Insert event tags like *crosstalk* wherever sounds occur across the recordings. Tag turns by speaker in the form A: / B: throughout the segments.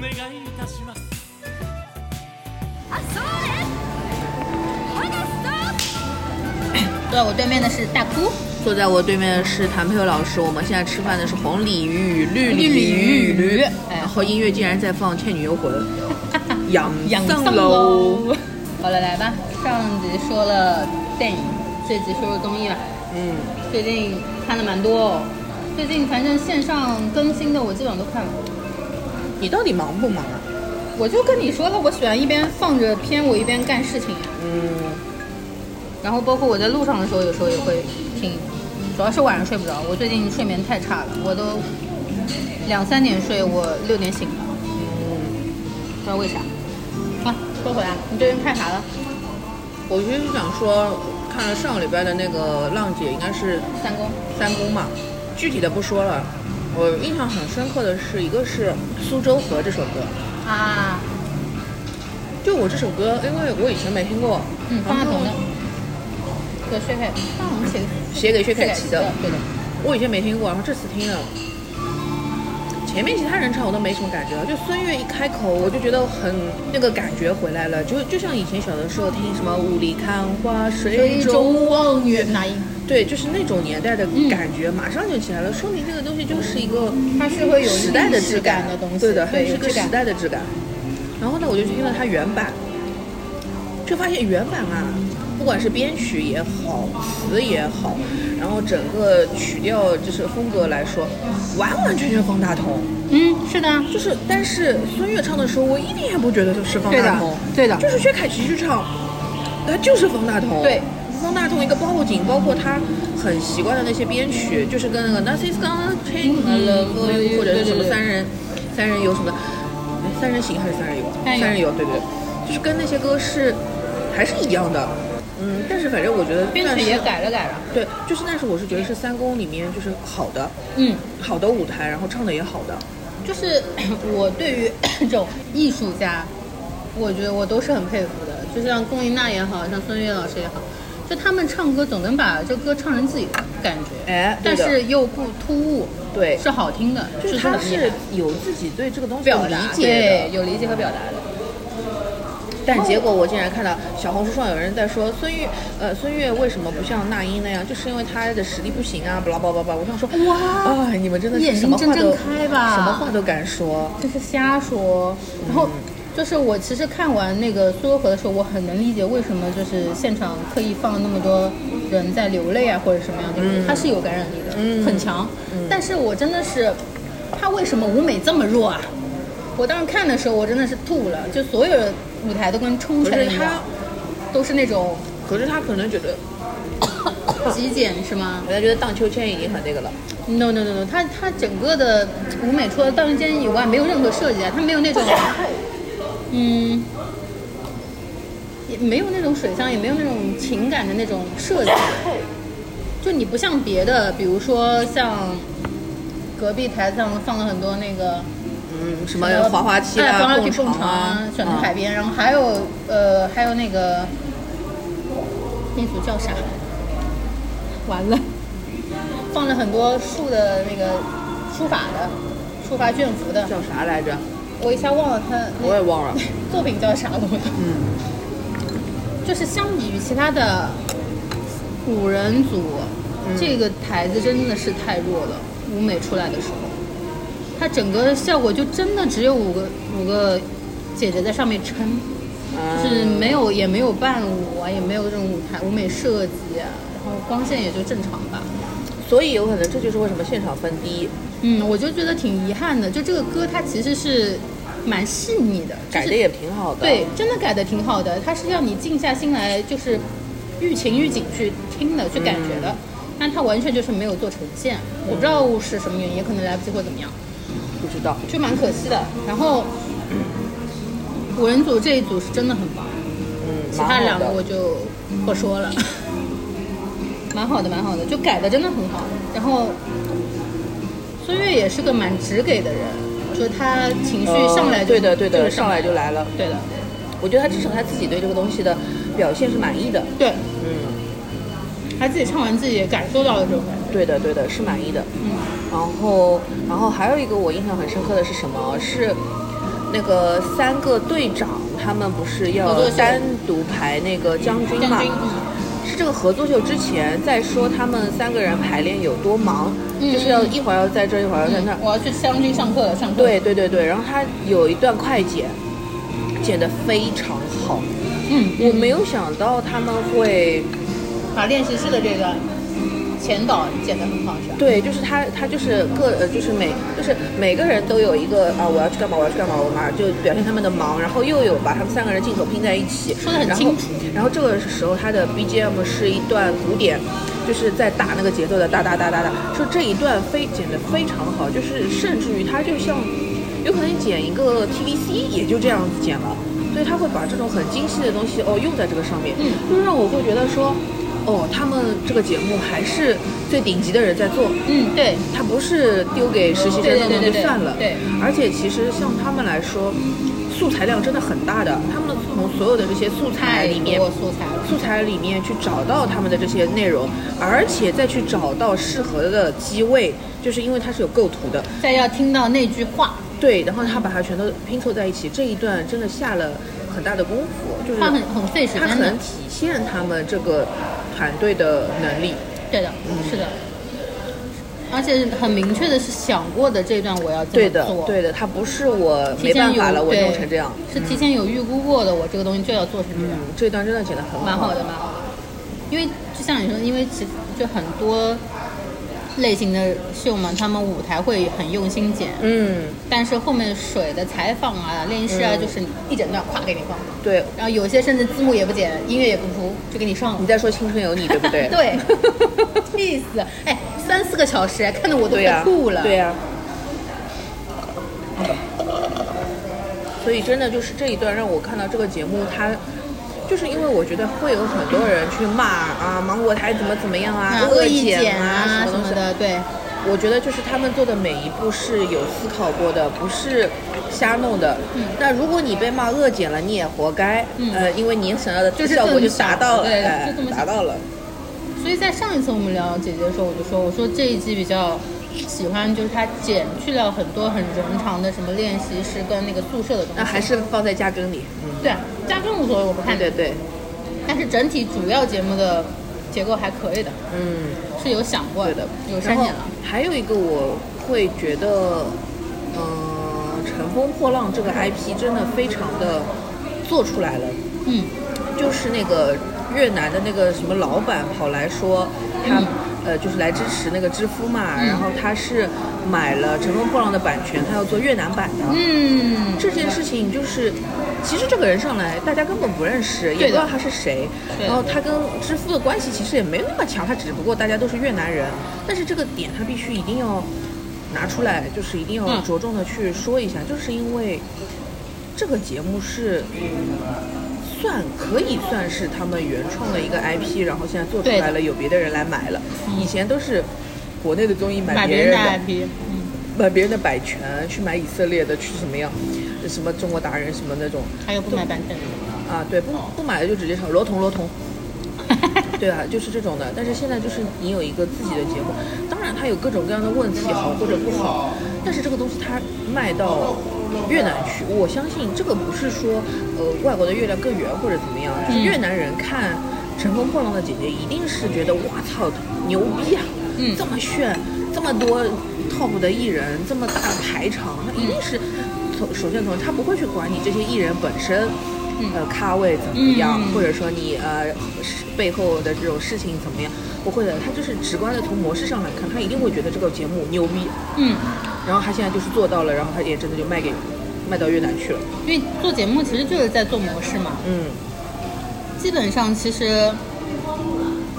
A: 願いいたします
B: 坐在我对面的是大哭，
C: 坐在我对面的是谭佩友老师，我们现在吃饭的是红鲤鱼与绿鲤鱼哎与驴，然后音乐竟然在放《倩女幽 *laughs* 魂》，养
B: 养
C: 生
B: 生
C: 喽。
B: 喽。好了，来吧。上集说了电影，这集说了综艺吧。
C: 嗯，
B: 最近看的蛮多哦，最近反正线上更新的我基本上都看过。
C: 你到底忙不忙啊？
B: 我就跟你说了，我喜欢一边放着片，我一边干事情呀、啊
C: 嗯，
B: 然后包括我在路上的时候，有时候也会听，主要是晚上睡不着。我最近睡眠太差了，我都两三点睡，我六点醒了，不知道为啥。啊，说回来，你最近看啥了？
C: 我就是想说，看了上个礼拜的那个《浪姐》，应该是
B: 三公，
C: 三公嘛，具体的不说了。我印象很深刻的是，一个是《苏州河》这首歌，
B: 啊，
C: 就我这首歌，因为我以前没听过，
B: 嗯，方
C: 然
B: 大
C: 后
B: 同的，对，薛凯，方大同写的，
C: 写给薛凯琪的，
B: 对的。
C: 我以前没听过，然后这次听了。前面其他人唱我都没什么感觉，就孙悦一开口，我就觉得很那个感觉回来了，就就像以前小的时候听什么雾里看花，水中望月，
B: 哪一？
C: 对，就是那种年代的感觉，马上就起来了，说明这个东西就是一个
B: 嗯它是会有
C: 时代的
B: 历史
C: 质
B: 感的东西，
C: 对的，它
B: 有
C: 是个
B: 质
C: 时
B: 感。
C: 代的质感。然后呢，我就去听了它原版，就发现原版啊，不管是编曲也好，词也好，然后整个曲调就是风格来说，完完全全方大同。
B: 嗯，是的啊，
C: 就是，但是孙悦唱的时候，我一点也不觉得就是方
B: 对
C: 大
B: 的
C: 同，，
B: 对的
C: 就，是薛凯琪去唱，他就是方大同。
B: 对，
C: 方大同一个报警，包括他很习惯的那些编曲，就是跟那个 Nothing's Gonna Change My Love，for You 或者是什么三人三人游什么的，哎三人行还是三人游？
B: 三人游
C: 三人游，对对对，就是跟那些歌是还是一样的。嗯，但是反正我觉得
B: 编
C: 算
B: 曲
C: 是
B: 也改了改了。
C: 对，就是但是我是觉得是三公里面就是好的，
B: 嗯，
C: 好的舞台，然后唱的也好的。
B: 就是我对于这种艺术家，我觉得我都是很佩服的。就像龚琳娜也好像孙悦老师也好，就他们唱歌总能把这歌唱成自己的感觉，
C: 哎，对
B: 但
C: 的
B: 是又不突兀，
C: 对，
B: 是好听的，
C: 就是
B: 很
C: 他
B: 厉害
C: 是有自己对这个东西
B: 表
C: 的理
B: 达，
C: 解的。
B: 对，有理解和表达的。哦
C: 但结果我竟然看到小红书上有人在说孙悦，呃，孙悦为什么不像那英那样，就是因为她的实力不行啊，巴拉巴拉巴拉。我想说，
B: 哇
C: 啊，你们真的是
B: 眼睛
C: 什么话
B: 睁
C: 都
B: 睁开吧
C: 什么话都敢说。
B: 就是瞎说，然后。就是我其实看完那个苏州河的时候，我很能理解为什么就是现场刻意放了那么多人在流泪啊，或者什么样的，它是有感染力的，
C: 嗯
B: 很强。但是我真的是，他为什么舞美这么弱啊？我当时看的时候，我真的是吐了，就所有的舞台都跟冲
C: 可
B: 起来
C: 是
B: 一
C: 他
B: 样，，都是那种
C: 可是他可能觉得，
B: 极简是吗
C: 我觉得荡秋千已经很那个了，
B: ？No No No No，他他整个的舞美除了荡秋千以外，没有任何设计啊，他没有那种。嗯，也没有那种水乡，也没有那种情感的那种设计，就你不像别的，比如说像隔壁台上放了很多那个
C: 嗯，什
B: 什
C: 么
B: 么
C: 滑滑梯
B: 哎
C: 啊、
B: 滑滑梯
C: 床
B: 蹦
C: 啊，
B: 选择
C: 嗯
B: 海边，然后还有呃，还有那个那组叫啥？完了，放了很多树的那个书法的书法卷幅的，
C: 叫啥来着？
B: 我一下忘了他那
C: 我也忘
B: *laughs*
C: 了。
B: 作品叫啥了，我都
C: 嗯，
B: 就是相比于其他的五人组，
C: 嗯
B: 这个台子真的是太弱了。舞美出来的时候，它整个效果就真的只有五个五个姐姐在上面撑，
C: 啊
B: 就是没有也没有伴舞啊，也没有这种舞台舞美设计、啊，然后光线也就正常吧。
C: 所以有可能这就是为什么现场分低，
B: 嗯，我就觉得挺遗憾的。就这个歌，它其实是蛮细腻的，就是
C: 改的也挺好的。
B: 对，，真的改的挺好的，它是要你静下心来，就是寓情寓景去听的，去感觉的。
C: 嗯
B: 但它完全就是没有做呈现，我不知道是什么原因，也可能来不及或怎么样，
C: 不知道。
B: 就蛮可惜的。然后五人组这一组是真的很棒，
C: 嗯，
B: 其
C: 蛮
B: 他
C: 好
B: 两个
C: 的
B: 我就不说了。蛮好的，蛮好的，就改的真的很好。然后孙悦也是个蛮直给的人，就是他情绪
C: 呃
B: 上来就、
C: 对的对
B: 就
C: 的，
B: 是上
C: 上来就来了。
B: 对的，
C: 我觉得他至少他自己对这个东西的表现是满意的。
B: 对。
C: 嗯，
B: 他自己唱完自己也感受到了这种感觉。
C: 对的，对的，是满意的。
B: 嗯，
C: 然后，然后还有一个我印象很深刻的是什么？是那个三个队长他们不是要
B: 合作秀
C: 单独排那个将军
B: 将
C: 嘛？
B: 军，嗯
C: 是这个合作秀之前在说他们三个人排练有多忙，
B: 嗯
C: 就是要一会儿要在这，一会儿要在那儿。
B: 我要去将军上课了，上课。
C: 对，对对对，然后他有一段快剪，剪得非常好，
B: 嗯，
C: 我没有想到他们会，
B: 把练习室的这个前导剪得很好，是吧？
C: 对，就是他他就是各呃就是每就是每个人都有一个啊、我要去干嘛我要去干嘛我马上就表现他们的忙，然后又有把他们三个人镜头拼在一起，
B: 说得很
C: 然后
B: 清楚
C: 然后这个时候他的 BGM 是一段古典。就是在打那个节奏的哒哒哒哒哒，说这一段非剪得非常好，就是甚至于他就像有可能剪一个 TVC 也就这样子剪了，所以他会把这种很精细的东西哦用在这个上面，
B: 嗯
C: 就是让我会觉得说，哦，他们这个节目还是最顶级的人在做，
B: 嗯，对，
C: 他不是丢给实习生弄弄就算了，
B: 对对对对对
C: 而且其实像他们来说，素材量真的很大的，他们从所有的这些素材
B: 太
C: 里面
B: 多。素材了。
C: 素材里面去找到他们的这些内容，而且再去找到适合的机位，就是因为它是有构图的，
B: 再要听到那句话，
C: 对，然后他把它全都拼凑在一起，这一段真的下了很大的功夫，就是
B: 话很很费时
C: 它
B: 间
C: 可
B: 的
C: 能。体现他们这个团队的能力。
B: 对的，
C: 嗯
B: 是的。而且很明确的是想过的这段我要
C: 对
B: 这么
C: 的
B: 做，，
C: 对的，他不是我
B: 提
C: 没
B: 前
C: 办
B: 有
C: 法了，我
B: 对
C: 弄成这样。
B: 是提前有预估过的，我这个东西就要做成这样
C: 嗯，，这一段真的剪得很好，
B: 蛮好的，蛮好的。因为就像你说，因为其就很多类型的秀嘛，他们舞台会很用心剪，
C: 嗯，
B: 但是后面水的采访啊、练习室啊，就是一整段咵给你放，
C: 对。
B: 然后有些甚至字幕也不剪，音乐也不铺，就给你上了
C: 你。在说《青春有你》对不对？
B: *laughs* 对， *laughs* 气死！哎，三四个小时，看得我都
C: 对
B: 快
C: 呀，
B: 吐了。
C: 对啊呀。所以真的就是这一段让我看到这个节目，它就是因为我觉得会有很多人去骂啊，芒果台怎么怎么样啊，
B: 啊，
C: 恶
B: 恶意
C: 剪
B: 剪啊
C: 什
B: 什么
C: 么东西。
B: 的，对，
C: 我觉得就是他们做的每一步是有思考过的，不是瞎弄的。
B: 嗯
C: 那如果你被骂恶剪了，你也活该。
B: 嗯
C: 呃，因为你想要的
B: 就是
C: 效果
B: 这么
C: 就达到了，
B: 想对
C: 哎
B: 就这么想
C: 达到了。
B: 所以在上一次我们聊姐姐的时候，我就说，我说这一季比较喜欢，就是她减去了很多很冗长的什么练习室跟那个宿舍的东西。
C: 那还是放在加更里。
B: 对啊，加更无所谓，我不看。
C: 啊对嗯对对，
B: 但是整体主要节目的结构还可以的，
C: 嗯。
B: 是有想过
C: 对的，
B: 有删
C: 然后
B: 减了。
C: 还有一个我会觉得，嗯，乘风破浪这个 IP 真的非常的做出来了，
B: 嗯，
C: 就是那个越南的那个什么老板跑来说
B: 嗯
C: 他。呃，就是来支持那个知夫嘛，然后他是买了《乘风破浪》的版权，他要做越南版的。
B: 嗯，
C: 这件事情就是，其实这个人上来大家根本不认识，也不知道他是谁。
B: 对的
C: 然后他跟知夫的关系其实也没有那么强，他只不过大家都是越南人。但是这个点他必须一定要拿出来，就是一定要
B: 嗯
C: 着重的去说一下，就是因为这个节目是。算可以算是他们原创的一个 IP，然后现在做出
B: 对的
C: 来了，有别的人来买了。以前都是国内的综艺买
B: 买
C: 别
B: 别
C: 人
B: 人的
C: 的，
B: IP，嗯，
C: 买别人的版权，去买以色列的，去什么样，什么中国达人什么那种
B: 还有不买版权 *laughs* 的，
C: 啊，对，不不买的就直接上罗彤罗彤，对啊，就是这种的。但是现在就是你有一个自己的节目，当然它有各种各样的问题，好或者不好，但是这个东西它卖到越南去，我相信这个不是说呃外国的月亮更圆或者怎么样，就是
B: 嗯
C: 越南人看《乘风破浪的姐姐》一定是觉得哇操牛逼啊，
B: 嗯
C: 这么炫，这么多 top 的艺人，这么大的排场，
B: 嗯
C: 他一定是从首先从他不会去管你这些艺人本身。呃，咖位怎么样，
B: 嗯
C: 或者说你呃是背后的这种事情怎么样？不会的，他就是直观的从模式上来看，他一定会觉得这个节目牛逼。
B: 嗯。
C: 然后他现在就是做到了，然后他也真的就卖给卖到越南去了。
B: 因为做节目其实就是在做模式嘛，
C: 嗯，
B: 基本上其实，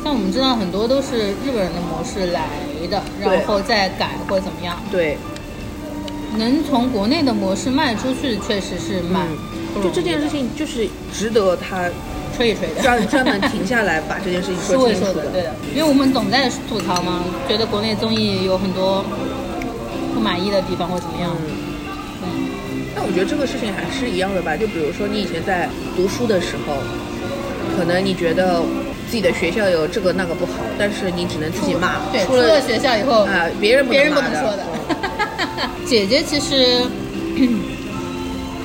B: 像我们知道很多都是日本人的模式来的，
C: 对啊
B: 然后再改或怎么样，
C: 对，
B: 能从国内的模式卖出去，确实是蛮
C: 嗯
B: 不容易的、
C: 就这件事情就是值得他
B: 吹一吹的，
C: 专专门
B: *laughs*
C: 停下来把这件事情
B: 说一
C: 清
B: 说
C: 楚
B: 的，对的，因为我们总在吐槽嘛，觉得国内综艺有很多不满意的地方或怎么样，
C: 嗯
B: 嗯，
C: 但我觉得这个事情还是一样的吧，就比如说你以前在读书的时候，可能你觉得自己的学校有这个那个不好，但是你只能自己骂，
B: 对，
C: 出
B: 出
C: 了
B: 了学校以后，
C: 啊、别人
B: *laughs*
C: 不
B: 别人不
C: 骂
B: 能
C: 的
B: 说的。姐姐其实。 *clears throat*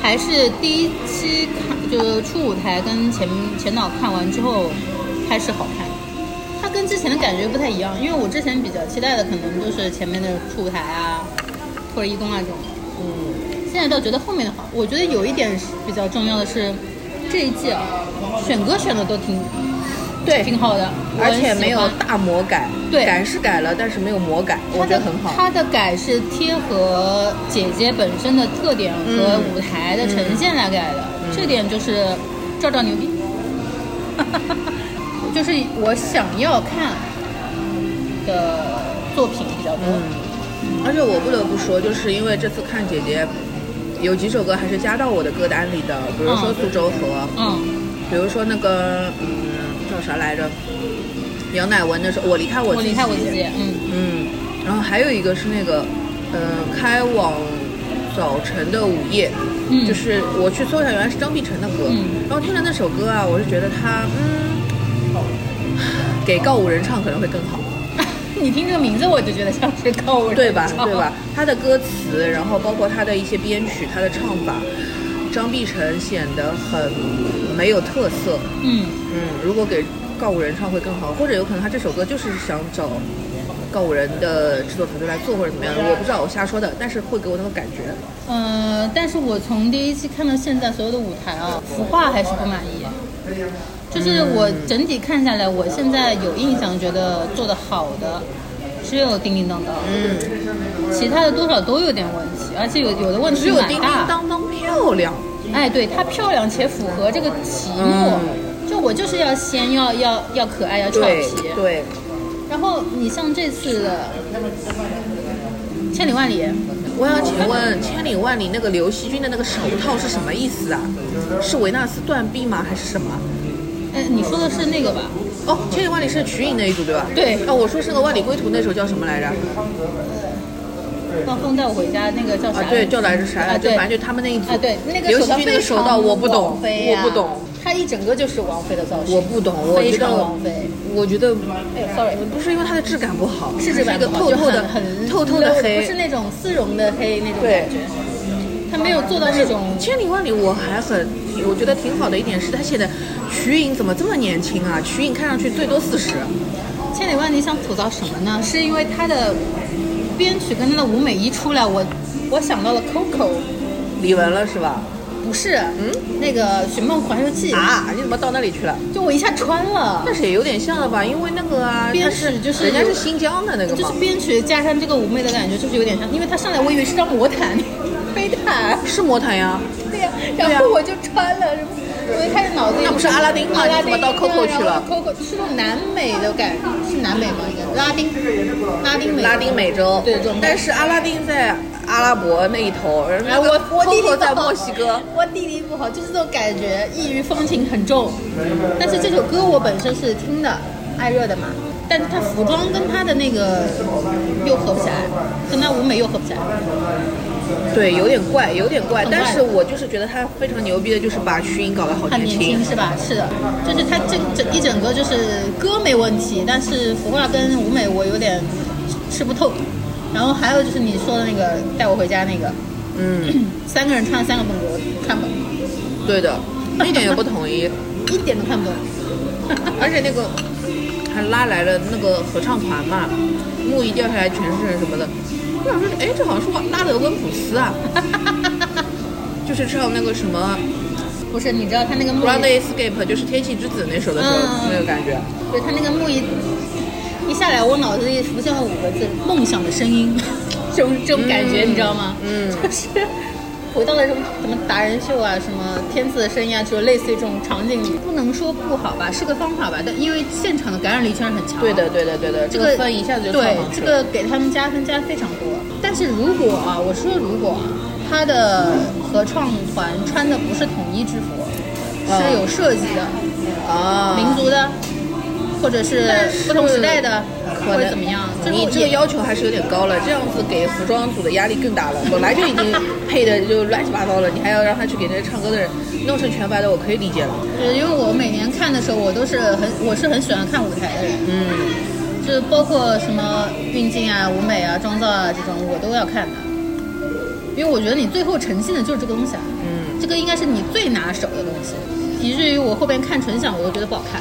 B: 还是第一期看就是初舞台跟前前导看完之后拍是好看，它跟之前的感觉不太一样，因为我之前比较期待的可能就是前面的初舞台啊或者义工啊这种，
C: 嗯，
B: 现在倒觉得后面的好。我觉得有一点是比较重要的是这一季啊，选歌选的都挺
C: 对，
B: 挺好的，我
C: 而
B: 很
C: 且
B: 喜
C: 没有
B: 欢
C: 大魔改，
B: 对
C: 改是改了，但是没有魔改，我
B: 它
C: 觉得
B: 的
C: 很好。
B: 它的改是贴合姐姐本身的特点和舞台的呈现来改的，
C: 嗯
B: 这点就是赵赵牛
C: *laughs*
B: 逼，就是我想要看的作品比较多。
C: 而且我不得不说，就是因为这次看姐姐，有几首歌还是加到我的歌单里的，比如说
B: 嗯
C: 《苏州河》
B: 嗯，
C: 比如说那个嗯叫啥来着，杨乃文的时候，我离开我
B: 我
C: 自己，
B: 离开我自己，
C: *laughs*
B: 嗯 *laughs*
C: 嗯，然后还有一个是那个，嗯，开往早晨的午夜，
B: 嗯，
C: 就是我去搜一下，原来是张碧晨的歌，
B: 嗯
C: 然后听了那首歌啊，我是觉得他嗯，给告五人唱可能会更好。
B: 你听这个名字我就觉得像是告我 *laughs*
C: 对吧？对吧？？他的歌词，然后包括他的一些编曲，他的唱法，张碧晨显得很没有特色。
B: 嗯，
C: 嗯，如果给告五人唱会更好，或者有可能他这首歌就是想找告五人的制作团队来做，或者怎么样，我不知道，我瞎说的，但是会给我那种感觉。
B: 呃，但是我从第一期看到现在所有的舞台啊，服化还是不满意。就是我整体看下来，我现在有印象觉得做的好的，只有叮叮当当，
C: 嗯，
B: 其他的多少都有点问题，而且有有的问题
C: 只有
B: 蛮大。
C: 叮叮当当漂亮。
B: 哎，对，它漂亮且符合这个题目。就我就是要仙，要要要可爱，要俏
C: 对
B: 皮。
C: 嗯对，
B: 然后你像这次的《千里万里》，
C: 我想请问《千里万里》那个刘惜君的那个手套是什么意思啊？是维纳斯断臂吗？还是什么？
B: 哎，你说的是那个吧？
C: 哦，千里万里是瞿颖那一组对吧？
B: 对
C: 啊，我说是个万里归途那首叫什么来着？啊
B: 放风带我回家那个叫啥
C: 啊
B: 来着？，
C: 对，叫来着啥
B: 啊
C: 来着？
B: 对
C: 就反正就他们那一组。
B: 啊，对，那个
C: 刘
B: 手
C: 惜
B: 套
C: 君那个
B: 非
C: 手套
B: 常
C: 我不懂
B: 王，菲
C: 我
B: 啊
C: 不懂，，
B: 她一整个就是王菲的造型，
C: 我不懂，我
B: 非
C: 觉
B: 常
C: 得
B: 王菲。
C: 我觉得
B: 哎呦，sorry，
C: 不是因为它的质感不好，
B: 是
C: 这
B: 指版
C: 一个
B: 吗
C: 透
B: 就
C: 透的
B: 很很
C: 透透的
B: low，
C: 黑
B: 不是。那种丝绒的黑那种
C: 对
B: 感觉，她没有做到那种
C: 千里万里我还很，我觉得挺好的一点是他写的瞿颖怎么这么年轻啊？瞿颖看上去最多四十。
B: 千里万里想吐槽什么呢？是因为她的编曲跟她的舞美一出来，我我想到了 Coco，
C: 李玟了是吧？
B: 不是，嗯，那个《寻梦环游记》，
C: 啊，你怎么到那里去了？
B: 就我一下穿了。
C: 但是也有点像了吧，因为那个啊，
B: 编
C: 他
B: 曲就是
C: 人家
B: 有
C: 是新疆的那个
B: 就是
C: 嘛，
B: 编曲加上这个妩媚的感觉，就是有点像，因为她上来我以为是张魔毯、 *laughs* 飞毯，
C: 是魔毯呀。
B: 对呀、然后我就穿了，我一开始脑子里
C: 那不是阿拉丁吗啊
B: 阿拉
C: 你
B: 丁
C: 怎么到 Coco 去了
B: 然后，Coco 是那种南美的感觉，是南美吗？应该拉丁，拉丁美，
C: 拉丁美洲，
B: 对这种。
C: 但是阿拉丁在阿拉伯那一头，然
B: 哎，
C: 后
B: 我我弟弟
C: Coco 在墨西哥。，
B: 我弟弟不好，就是这种感觉，异域风情很重。但是这首歌我本身是听的，艾热的嘛，但是他服装跟他的那个又合不起来，跟他舞美又合不起来。
C: 对，有点怪，有点怪。
B: 很怪
C: 但是我就是觉得他非常牛逼的，就是把瞿颖搞得好
B: 很年
C: 轻
B: 轻。是吧？是的，就是他这整一整个就是歌没问题，但是服化跟舞美我有点吃不透。然后还有就是你说的那个带我回家那个，
C: 嗯，
B: *clears throat* 三个人唱三个风格，我看不懂，
C: 对的，一点也不统一。
B: 一点都看不懂。 *laughs*
C: 而且那个还拉来了那个合唱团嘛，木一掉下来全是人什么的。我想说，哎，这好像是拉德温普斯啊，就是唱那个什么
B: 不是，你知道他那个
C: 《
B: 木
C: Grand
B: 椅，
C: Escape》，就是《天气之子》那首的时候、
B: 嗯
C: 那个感觉。
B: 对他那个木椅一下来，我脑子里浮现了五个字：梦想的声音。 *laughs* 这种这种感觉、
C: 嗯
B: 你知道吗？
C: 嗯
B: 就是回到了什么什么达人秀啊，什么天赐的声音啊，就是类似于这种场景里，不能说不好吧，是个方法吧，但因为现场的感染力确实很强。啊
C: 对的，对的，对的，
B: 这
C: 这
B: 个
C: 个分一下子就
B: 对
C: 窜上去
B: 这
C: 了。
B: 个给他们加分加非常多。但是如果啊，我说如果啊，他的合唱团穿的不是统一制服，是
C: 嗯
B: 有设计的，
C: 啊，
B: 民族的，或者是
C: 但是
B: 不同时代的，
C: 可
B: 或者
C: 能
B: 怎么样？这
C: 你
B: 种
C: 这个
B: 也
C: 要求还是有点高了，这样子给服装组的压力更大了。本来就已经配的就乱七八糟了，你还要让他去给那些唱歌的人弄成全白的，我可以理解了。
B: 就是呃因为我每年看的时候，我都是很我是很喜欢看舞台的人，
C: 嗯，
B: 就是包括什么运镜啊、舞美啊、妆造啊这种，我都要看的，因为我觉得你最后呈现的就是这个东西啊。
C: 嗯，
B: 这这个应该是你最拿手的东西，以至于我后边看纯享我都觉得不好看，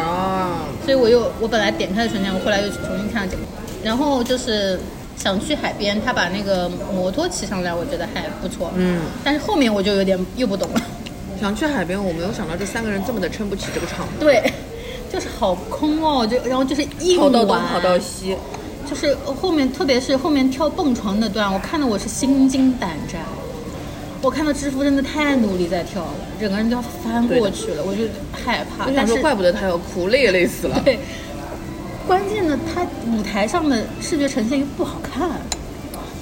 C: 啊，
B: 所以我又我本来点开了纯享，我后来又重新看了整个，然后就是想去海边，他把那个摩托骑上来，我觉得还不错，
C: 嗯，
B: 但是后面我就有点又不懂了，
C: 想去海边，我没有想到这三个人这么的撑不起这个场，
B: 对， *laughs* 就是好空哦，就然后就是一
C: 跑到东
B: 碗
C: 跑到西，
B: 就是后面，特别是后面跳蹦床那段，我看的我是心惊胆战。我看到知乎真的太努力在跳了，整个人都要翻过去了，我就害怕。
C: 我想
B: 但
C: 说
B: 是
C: 怪不得他要哭，累也累死 *laughs* 了。
B: 对，关键呢，它舞台上的视觉呈现又不好看，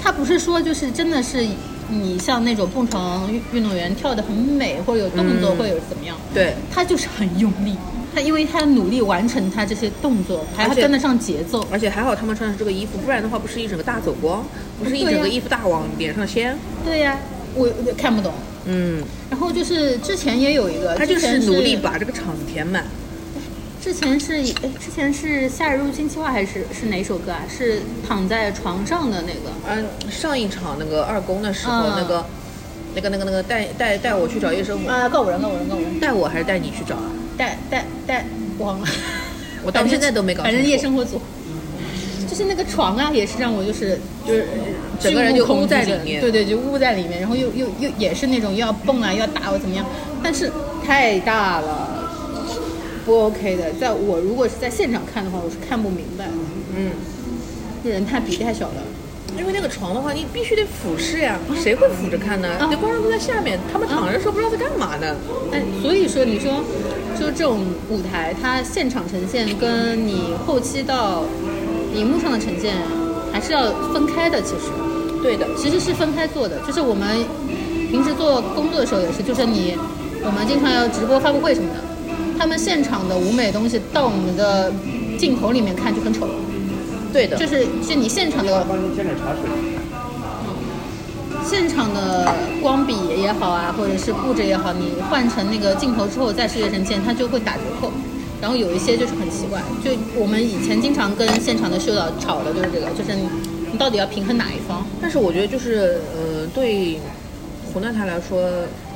B: 它不是说就是真的是你像那种蹦床运运动员跳得很美，或者有动作，
C: 嗯
B: 或者有怎么样，
C: 对，
B: 他就是很用力。他因为他要努力完成他这些动作，还要
C: 而且
B: 跟得上节奏。
C: 而且还好他们穿的是这个衣服，不然的话不是一整个大走光，不是一整个衣服大往脸上掀。
B: 对呀、我我就看不懂。
C: 嗯，
B: 然后就是之前也有一个，
C: 他就
B: 之前
C: 呃是
B: 是
C: 努力。把这个场子填满。
B: 之前是哎，之前是《夏日入侵计划》还是是哪首歌啊？是躺在床上的那个。
C: 嗯，上一场那个二公的时候，
B: 嗯
C: 那个那个那个那个带带带我去找夜生活，
B: 啊，告五人，告五人，告五人，
C: 带我还是带你去找啊？
B: 带带带，忘了。
C: *laughs* 我到现在都没搞清楚
B: 反正夜生活组，就是那个床啊，也是让我就是
C: 就是整个人就
B: 恐
C: 空在
B: 惧
C: 里
B: 症
C: 面。
B: 对对，就捂在里面，然后又又又也是那种又要蹦啊，又要打我怎么样？但是太大了，不 OK 的。在我如果是在现场看的话，我是看不明白的。
C: 嗯，
B: 人太比太小了。
C: 因为那个床的话，你必须得俯视呀，
B: 嗯
C: 谁会俯着看呢？
B: 啊
C: 那观众都在下面，他们躺着的时候不知道在干嘛呢。
B: 哎，所以说你说，就这种舞台，它现场呈现跟你后期到荧幕上的呈现还是要分开的。其实，
C: 对的，
B: 其实是分开做的。就是我们平时做工作的时候也是，就是你我们经常要直播发布会什么的，他们现场的舞美东西到我们的镜头里面看就很丑，
C: 对的
B: 就。是是你现场的
A: 帮你接点茶水。
B: 现场的光比也好啊，或者是布置也好，你换成那个镜头之后再视觉呈现，它就会打折扣。然后有一些就是很奇怪，就我们以前经常跟现场的秀导吵的就是这个，就是你你到底要平衡哪一方？
C: 但是我觉得就是呃，对湖南台来说，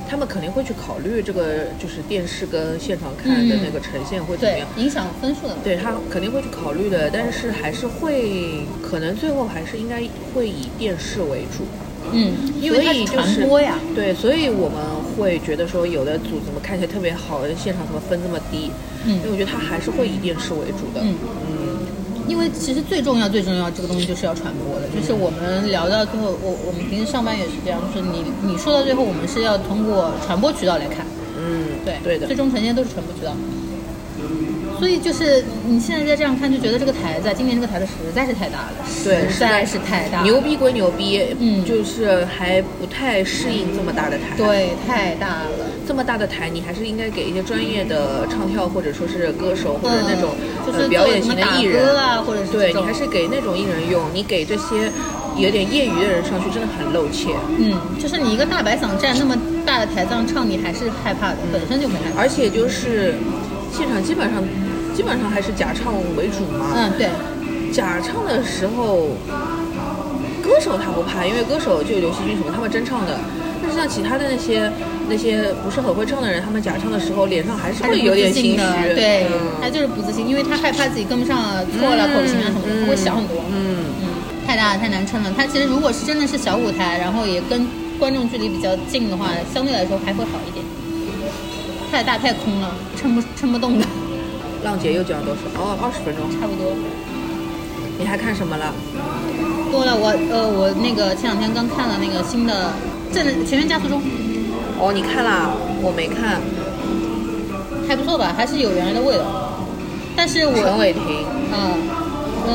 C: 他们肯定会去考虑这个，就是电视跟现场看的
B: 嗯
C: 那个呈现会怎么
B: 对
C: 样。，
B: 影响分数的嘛。
C: 对他肯定会去考虑的，但是还是会，可能最后还是应该会以电视为主。
B: 嗯，因为它
C: 所
B: 是
C: 以就
B: 传播呀。
C: 对，所以我们会觉得说，有的组怎么看起来特别好，现场怎么分这么低？
B: 嗯
C: 因为我觉得它还是会以电视为主的。
B: 嗯因为其实最重要、最重要这个东西就是要传播的，就是我们聊到最后，我我们平时上班也是这样，就是你你说到最后，我们是要通过传播渠道来看，
C: 嗯，
B: 对
C: 对的
B: 最。终呈现都是传播渠道。所以就是你现在再这样看，就觉得这个台子啊，今年这个台子实在是太大了，
C: 对
B: 实在是太大了，
C: 牛逼归牛逼，
B: 嗯
C: 就是还不太适应这么大的台。，
B: 对，太大了。
C: 这么大的台，你还是应该给一些专业的唱跳或者说是歌手或者那种、
B: 嗯就
C: 呃
B: 是
C: 表
B: 做
C: 演
B: 什么
C: 型的
B: 打
C: 艺
B: 歌
C: 人
B: 啊，或者是
C: 对
B: 这
C: 你
B: 种
C: 还是给那种艺人用，你给这些有点业余的人上去，真的很露怯。
B: 嗯，就是你一个大白嗓站那么大的台子上唱，你还是害怕的，本身就没害怕。
C: 而且就是现场基本上基本上还是假唱为主嘛。
B: 嗯，对，
C: 假唱的时候，歌手他不怕，因为歌手就刘惜君什么，他们真唱的。但是像其他的那些那些不是很会唱的人，他们假唱的时候脸上还是
B: 他是
C: 会
B: 不
C: 有
B: 自
C: 点心
B: 信
C: 虚
B: 的，，对，他
C: 嗯
B: 就是不自信，因为他害怕自己跟不上啊错了、口型啊什么的，他会想很多。
C: 嗯，
B: 嗯，太大了太难撑了。他其实如果是真的是小舞台，然后也跟观众距离比较近的话，相对来说还会好一点。太大太空了，撑不撑不动的，
C: 浪姐又讲了多少？哦，二十分钟。
B: 差不多。
C: 你还看什么了？
B: 多了我呃我那个前两天刚看了那个新的《正全员加速中》，
C: 哦，你看啦，我没看。
B: 还不错吧，还是有原来的味道。但是我
C: 陈伟霆，
B: 嗯，嗯，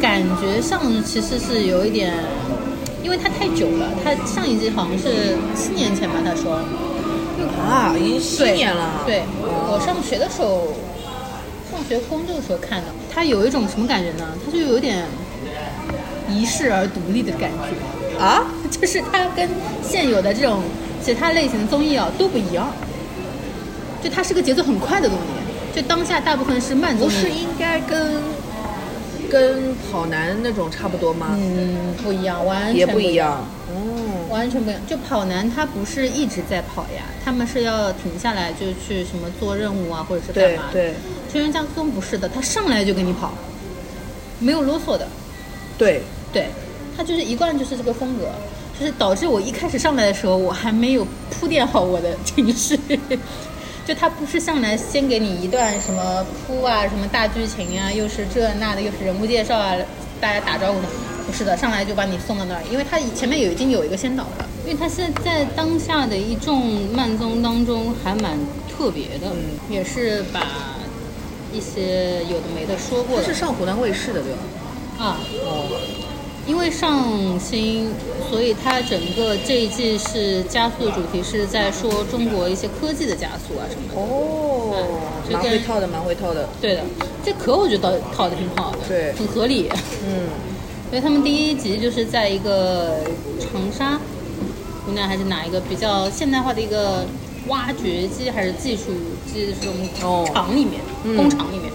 B: 感觉上其实是有一点，因为它太久了，它上一季好像是七年前吧，他说。
C: 啊，已经七
B: 对
C: 年了。
B: 对，我
C: 哦
B: 上学的时候，上学工作的时候看的，它有一种什么感觉呢？它就有点遗世而独立的感觉， *laughs*
C: 啊，
B: 就是它跟现有的这种其他类型的综艺啊都不一样，就它是个节奏很快的东西，就当下大部分是慢综
C: 不
B: 艺。
C: 是应该跟跟跑男那种差不多吗？
B: 嗯，不一样，完全
C: 也不一
B: 样。
C: 样。哦，
B: 完全不一样。就跑男他不是一直在跑呀，他们是要停下来就去什么做任务啊，或者是干
C: 对
B: 嘛的。
C: 对
B: 全员加速不是的，他上来就给你跑，没有啰嗦的。
C: 对，
B: 对，他就是一贯就是这个风格，就是导致我一开始上来的时候，我还没有铺垫好我的情绪。就他不是上来先给你一段什么铺啊，什么大剧情啊，又是这那的，又是人物介绍啊，大家打招呼的，不是的，上来就把你送到那儿，因为他前面有已经有一个先导了，因为他现在当下的一众慢综当中还蛮特别的，
C: 嗯
B: 也是把一些有的没的说过
C: 他
B: 了
C: 是上湖南卫视的对吧？
B: 啊，
C: 哦，
B: 因为上新，所以它整个这一季是加速的主题是在说中国一些科技的加速啊什么的。
C: 哦
B: 嗯
C: 蛮
B: 这
C: 会
B: 个
C: 套的，蛮会套的。
B: 对的，这壳我觉得套的挺好的，
C: 对
B: 很合理。
C: 嗯，
B: 因为他们第一集就是在一个长沙，湖南还是哪一个比较现代化的一个挖掘机还是技术技术
C: 哦
B: 厂里面、
C: 嗯
B: 工厂里面。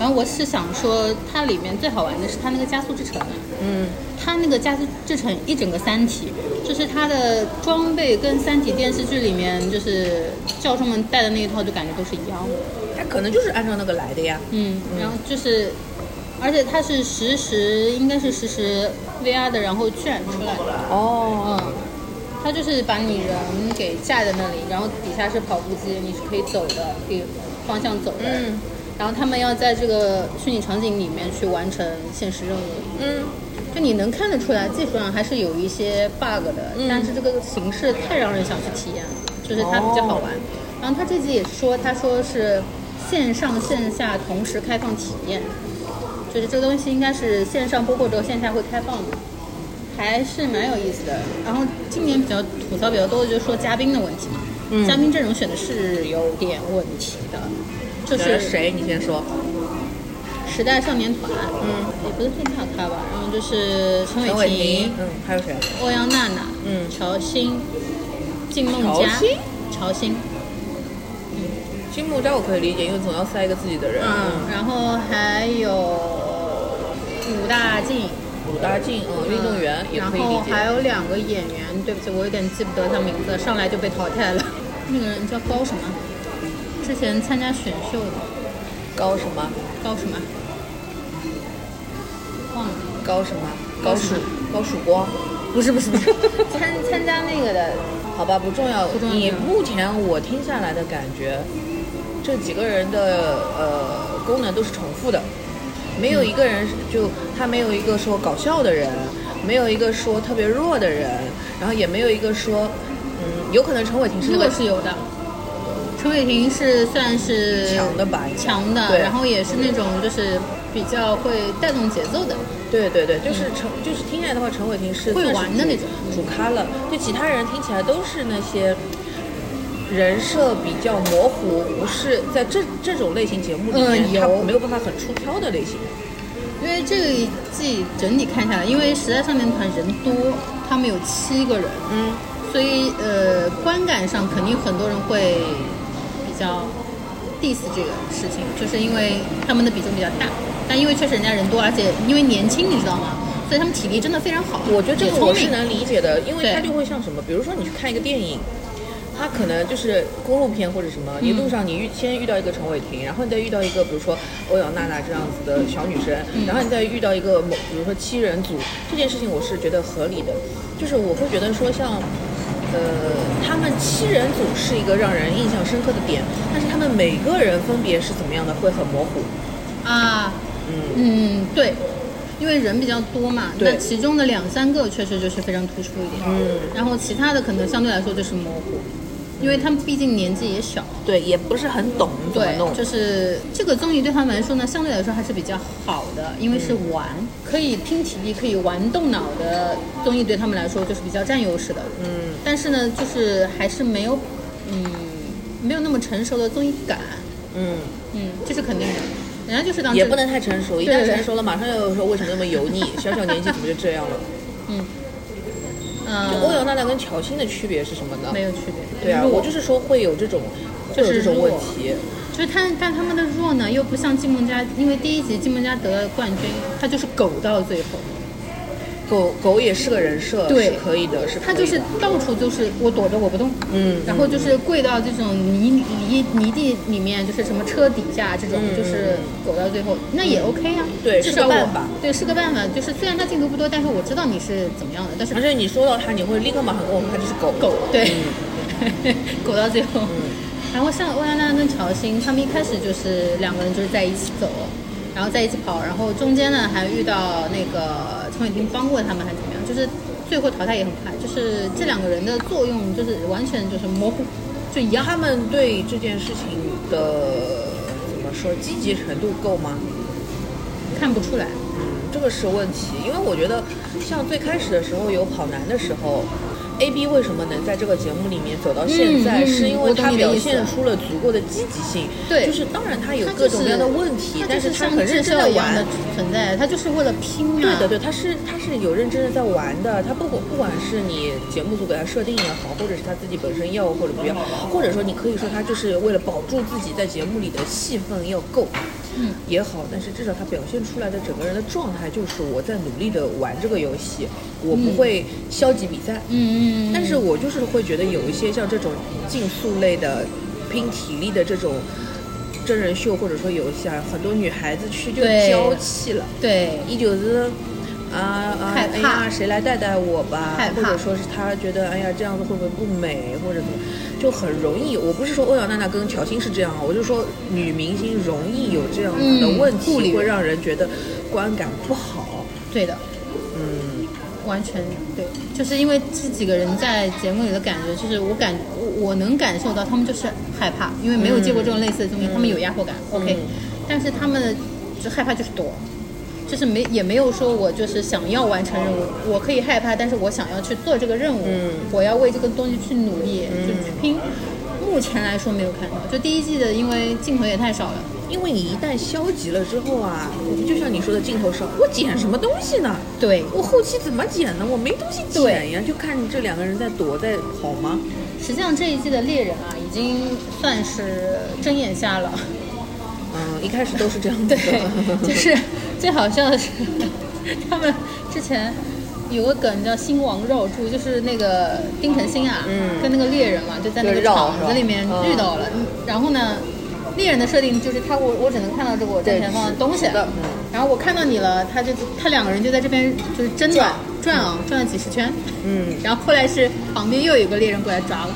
B: 然后我是想说，它里面最好玩的是它那个加速之啊城。
C: 嗯，
B: 它那个加速制成一整个《三体》，就是它的装备跟《三体》电视剧里面就是教授们带的那一套，就感觉都是一样的。
C: 嗯他可能就是按照那个来的呀。
B: 嗯，然后就是，而且它是实时，应该是实时 VR 的，然后渲染出来的。
C: 哦，
B: 嗯，它就是把你人给架在那里，然后底下是跑步机，你是可以走的，可以方向走的。
C: 嗯
B: 然后他们要在这个虚拟场景里面去完成现实任务。
C: 嗯，
B: 就你能看得出来，技术上还是有一些 bug 的，
C: 嗯
B: 但是这个形式太让人想去体验了，就是它比较好玩。
C: 哦
B: 然后他这集也说，他说是线上线下同时开放体验，就是这个东西应该是线上播过之后线下会开放的，还是蛮有意思的。然后今年比较吐槽比较多的就是说嘉宾的问题嘛，
C: 嗯
B: 嘉宾阵容选的是有点问题的，就
C: 选了
B: 是
C: 谁？你先说。
B: 时代少年团，
C: 嗯，
B: 也不是配套他吧，然后就是陈
C: 陈
B: 伟
C: 伟
B: 霆
C: 霆。。嗯，还有谁？
B: 欧阳娜娜，
C: 嗯
B: 乔欣，靳梦佳
C: 乔欣，
B: 乔欣，
C: 金木斋我可以理解，因为总要塞一个自己的人。
B: 嗯，然后还有武大靖，
C: 武大靖，嗯，运动员也
B: 然
C: 可以理
B: 后还
C: 解。
B: 有两个演员，对不起，我有点记不得他名字，上来就被淘汰了。 *laughs* 那个人叫高什么？之前参加选秀的
C: 高什么？
B: 高什么？忘了，
C: 高什么？高曙高曙光？不是不是不是，
B: 参参加那个的，
C: 好吧，不重要。
B: 不重要
C: 你目前我听下来的感觉，这几个人的呃功能都是重复的，没有一个人是就他没有一个说搞笑的人，没有一个说特别弱的人，然后也没有一个说，嗯，有可能陈伟霆是
B: 那
C: 那
B: 个
C: 个
B: 是有的。陈伟霆是算是
C: 强的吧？应该
B: 强的，
C: 对
B: 然后也是那种就是比较会带动节奏的，
C: 对对对，就是陈，就是听起来的话，陈伟霆是
B: 嗯会
C: 算是
B: 玩的那种
C: 主主咖了。对其他人听起来都是那些人设比较模糊，不是在这这种类型节目里面
B: 嗯，
C: 他
B: 有
C: 没有办法很出挑的类型。
B: 因为这一季整体看下来，因为时代少年团人多，他们有七个人，
C: 嗯，
B: 所以呃，观感上肯定很多人会比较 diss 这个事情，就是因为他们的比重比较大，但因为确实人家人多，而且因为年轻，你知道吗？所以他们体力真的非常好，
C: 我觉得这
B: 也
C: 个
B: 聪
C: 我是
B: 明。
C: 能理解的，因为
B: 对
C: 它就会像什么，比如说你去看一个电影。它可能就是公路片或者什么，
B: 嗯
C: 一路上你遇先遇到一个陈伟霆，然后你再遇到一个比如说欧阳娜娜这样子的小女生，
B: 嗯
C: 然后你再遇到一个某比如说七人组，这件事情我是觉得合理的，就是我会觉得说像，呃，他们七人组是一个让人印象深刻的点，但是他们每个人分别是怎么样的会很模糊，
B: 啊，嗯对，因为人比较多嘛，
C: 对
B: 那其中的两三个确实就是非常突出一点，
C: 嗯，
B: 然后其他的可能相对来说就是模糊，因为他们毕竟年纪也小，
C: 对，也不是很懂怎么
B: 对
C: 弄，，
B: 就是这个综艺对他们来说呢，相对来说还是比较好的，因为是玩，
C: 嗯
B: 可以拼体力，可以玩动脑的综艺对他们来说就是比较占优势的，
C: 嗯，
B: 但是呢，就是还是没有，嗯，没有那么成熟的综艺感，
C: 嗯。
B: 嗯，这是肯定的，人家就是当
C: 也
B: 这
C: 不能太成熟，一
B: 对
C: 旦
B: 对对
C: 成熟了，马上又说为什么那么油腻，小小年纪怎么就这样了？
B: 嗯，
C: 就
B: 嗯，
C: 欧阳娜娜跟乔欣的区别是什么呢
B: 没？有区别。
C: 对啊，
B: 弱
C: 我就是说会有这种，会
B: 就
C: 有
B: 是
C: 这种问
B: 弱
C: 题。
B: 就是他，但他们的弱呢，又不像金梦佳，因为第一集金梦佳得了冠军，他就是苟到最后，
C: 狗狗也是个人设，
B: 对
C: 是可以的，是
B: 它
C: 可
B: 就
C: 以
B: 是
C: 的
B: 到处就是我躲着我不动，
C: 嗯
B: 然后就是跪到这种泥泥泥地里面，就是什么车底下这
C: 嗯
B: 种，就是走到最后，那也 OK 啊，
C: 对
B: 至
C: 是个
B: 少我
C: 办法
B: 对是个办法，就是虽然它镜头不多，但是我知道你是怎么样的，但是
C: 而且你说到它，你会立刻马上跟我说它就是狗
B: 狗对，
C: 嗯
B: *laughs* 狗到最后，然后像欧阳娜娜跟乔欣，他们一开始就是两个人就是在一起走，然后在一起跑，然后中间呢还遇到那个陈伟霆帮过他们还是怎么样，就是最后淘汰也很快，就是这两个人的作用就是完全就是模糊，就一样。
C: 他们对这件事情的怎么说积极程度够吗？
B: 看不出来。
C: 这个是问题，因为我觉得像最开始的时候有跑男的时候，A B 为什么能在这个节目里面走到现在，
B: 嗯嗯
C: 是因为
B: 我懂
C: 他
B: 你的
C: 表
B: 意思
C: 现出了足够的积极性。
B: 对
C: 就是当然他有
B: 他
C: 各
B: 就是
C: 种各样的问题，
B: 他
C: 但
B: 就是
C: 他
B: 像
C: 很认
B: 智障
C: 真的
B: 一样
C: 玩
B: 的。存在，他就是为了拼啊。
C: 对的，对，他是他是有认真的在玩的，他不管不管是你节目组给他设定也好，或者是他自己本身要或者不要，或者说你可以说他就是为了保住自己在节目里的戏份要够，
B: 嗯，
C: 也好，但是至少他表现出来的整个人的状态就是我在努力的玩这个游戏，我不会消极比赛，
B: 嗯嗯嗯嗯。
C: 但是我就是会觉得有一些像这种竞速类的、拼体力的这种真人秀，或者说有一些啊很多女孩子去就
B: 对
C: 娇气了。
B: 对，
C: 依旧是啊啊，
B: 害
C: 哎
B: 怕
C: 呀，谁来带带我吧
B: 害？怕
C: 或者说是他觉得，哎呀，这样子会不会不美，或者怎么，就很容易。我不是说欧阳娜娜跟乔欣是这样啊，我就说女明星容易有这样子的
B: 嗯
C: 问
B: 顾
C: 题，
B: 虑
C: 会让人觉得观感不好。
B: 对的。
C: 嗯，
B: 完全对，就是因为这几个人在节目里的感觉，就是我感我我能感受到他们就是害怕，因为没有接过这种类似的综艺，他们有压迫感、o k 但是他们的就害怕就是躲，就是没也没有说我就是想要完成任务，我可以害怕，但是我想要去做这个任务，我要为这个东西去努力，就去拼。目前来说没有看到，就第一季的，因为镜头也太少了，
C: 因为你一旦消极了之后啊，就像你说的镜头少，我剪什么东西呢？
B: 对，
C: 我后期怎么剪呢？我没东西剪呀，就看这两个人在躲在跑吗？
B: 实际上这一季的猎人啊，已经算是睁眼瞎了。
C: 嗯，一开始都是这样
B: *laughs*
C: 子的。
B: 对，就是最好笑的是，他们之前有个梗叫“新王绕柱”，就是那个丁程鑫啊，
C: 嗯
B: 跟那个猎人嘛，就在那
C: 就
B: 个
C: 绕
B: 场
C: 是吧
B: 子里面
C: 嗯
B: 遇到了。然后呢，猎人的设定就是他我我只能看到这个我正前方的东西
C: 是的嗯，
B: 然后我看到你了，他就他两个人就在这边就是争的
C: 转
B: 转啊，转了几十圈。
C: 嗯，
B: *laughs* 然后后来是旁边又有一个猎人过来抓了，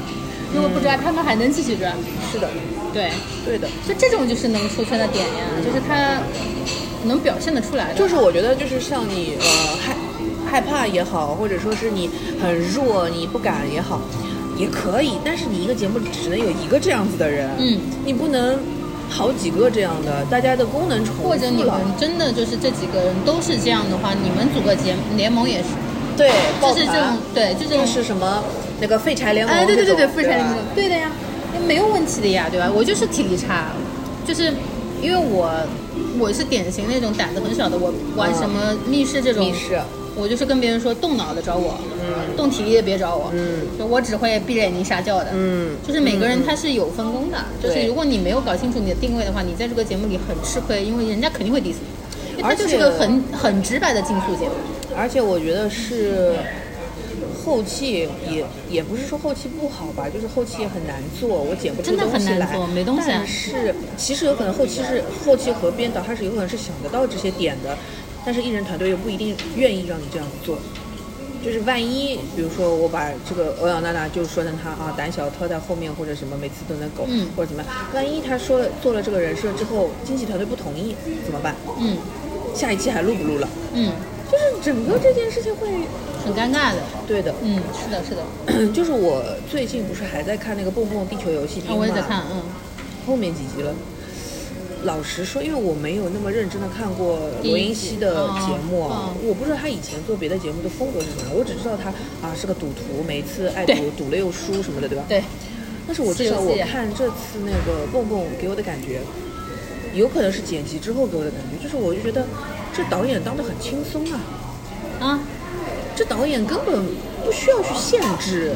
B: 如果不抓他们还能继续抓。
C: 嗯是的，
B: 对，
C: *laughs* 对的。
B: 就这种就是能出圈的点呀，就是他能表现得出来的。
C: 就是我觉得就是像你呃害害怕也好，或者说是你很弱，你不敢也好，也可以。但是你一个节目里只能有一个这样子的人，
B: 嗯，
C: 你不能好几个这样的，大家的功能重复了。
B: 或者你们真的就是这几个人都是这样的话，你们组个结联盟也是，
C: 对，抱
B: 就是这
C: 团
B: 种对，就这
C: 就
B: 种
C: 是什么那个废柴联盟
B: 哎，对对对对，
C: 这种啊
B: 妇产
C: 吧
B: 联盟，对的呀，没有问题的呀，对吧？我就是体力差，就是因为我我是典型那种胆子很小的，我玩
C: 嗯
B: 什么密室这种
C: 密室，
B: 我就是跟别人说动脑的找我，动体力的别找我，
C: 嗯
B: 就我只会闭着眼睛撒娇的，
C: 嗯
B: 就是每个人他是有分工的，就是
C: 对
B: 如果你没有搞清楚你的定位的话，你在这个节目里很吃亏，因为人家肯定会 diss 你，因为它
C: 而
B: 就
C: 且
B: 是个很很直白的竞速节目，
C: 而且我觉得是后期也也不是说后期不好吧，就是后期也很难做，我剪不出
B: 真的
C: 东
B: 很
C: 西
B: 难
C: 来
B: 做没东西啊
C: 但是其实有可能后期是后期和编导他是有可能是想得到这些点的，但是艺人团队又不一定愿意让你这样做。就是万一，比如说我把这个欧阳娜娜就说成她啊胆小挑在后面或者什么，每次都能狗、
B: 嗯
C: 或者怎么样，万一她说了做了这个人设之后，经纪团队不同意怎么办？
B: 嗯
C: 下一期还录不录了？
B: 嗯，
C: 就是整个这件事情会
B: 很尴尬的，
C: 对的， *clears throat*
B: 嗯，是的，是的，
C: 就是我最近不是还在看那个《蹦蹦地球游戏厅》
B: 啊，
C: 吗？
B: 我也在看，嗯。
C: 后面几集了。老实说，因为我没有那么认真的看过
B: 第一集
C: 罗云熙的
B: 哦
C: 节目，啊
B: 哦
C: 我不知道他以前做别的节目的风格是什么样，我只知道他啊是个赌徒，每次爱
B: 对
C: 赌，赌了又输什么的，对吧？
B: 对，
C: 但是我至少
B: 是游
C: 我
B: 戏啊
C: 看这次那个蹦蹦给我的感觉，有可能是剪辑之后给我的感觉，就是我就觉得这导演当的很轻松啊，
B: 啊，
C: 这导演根本不需要去限制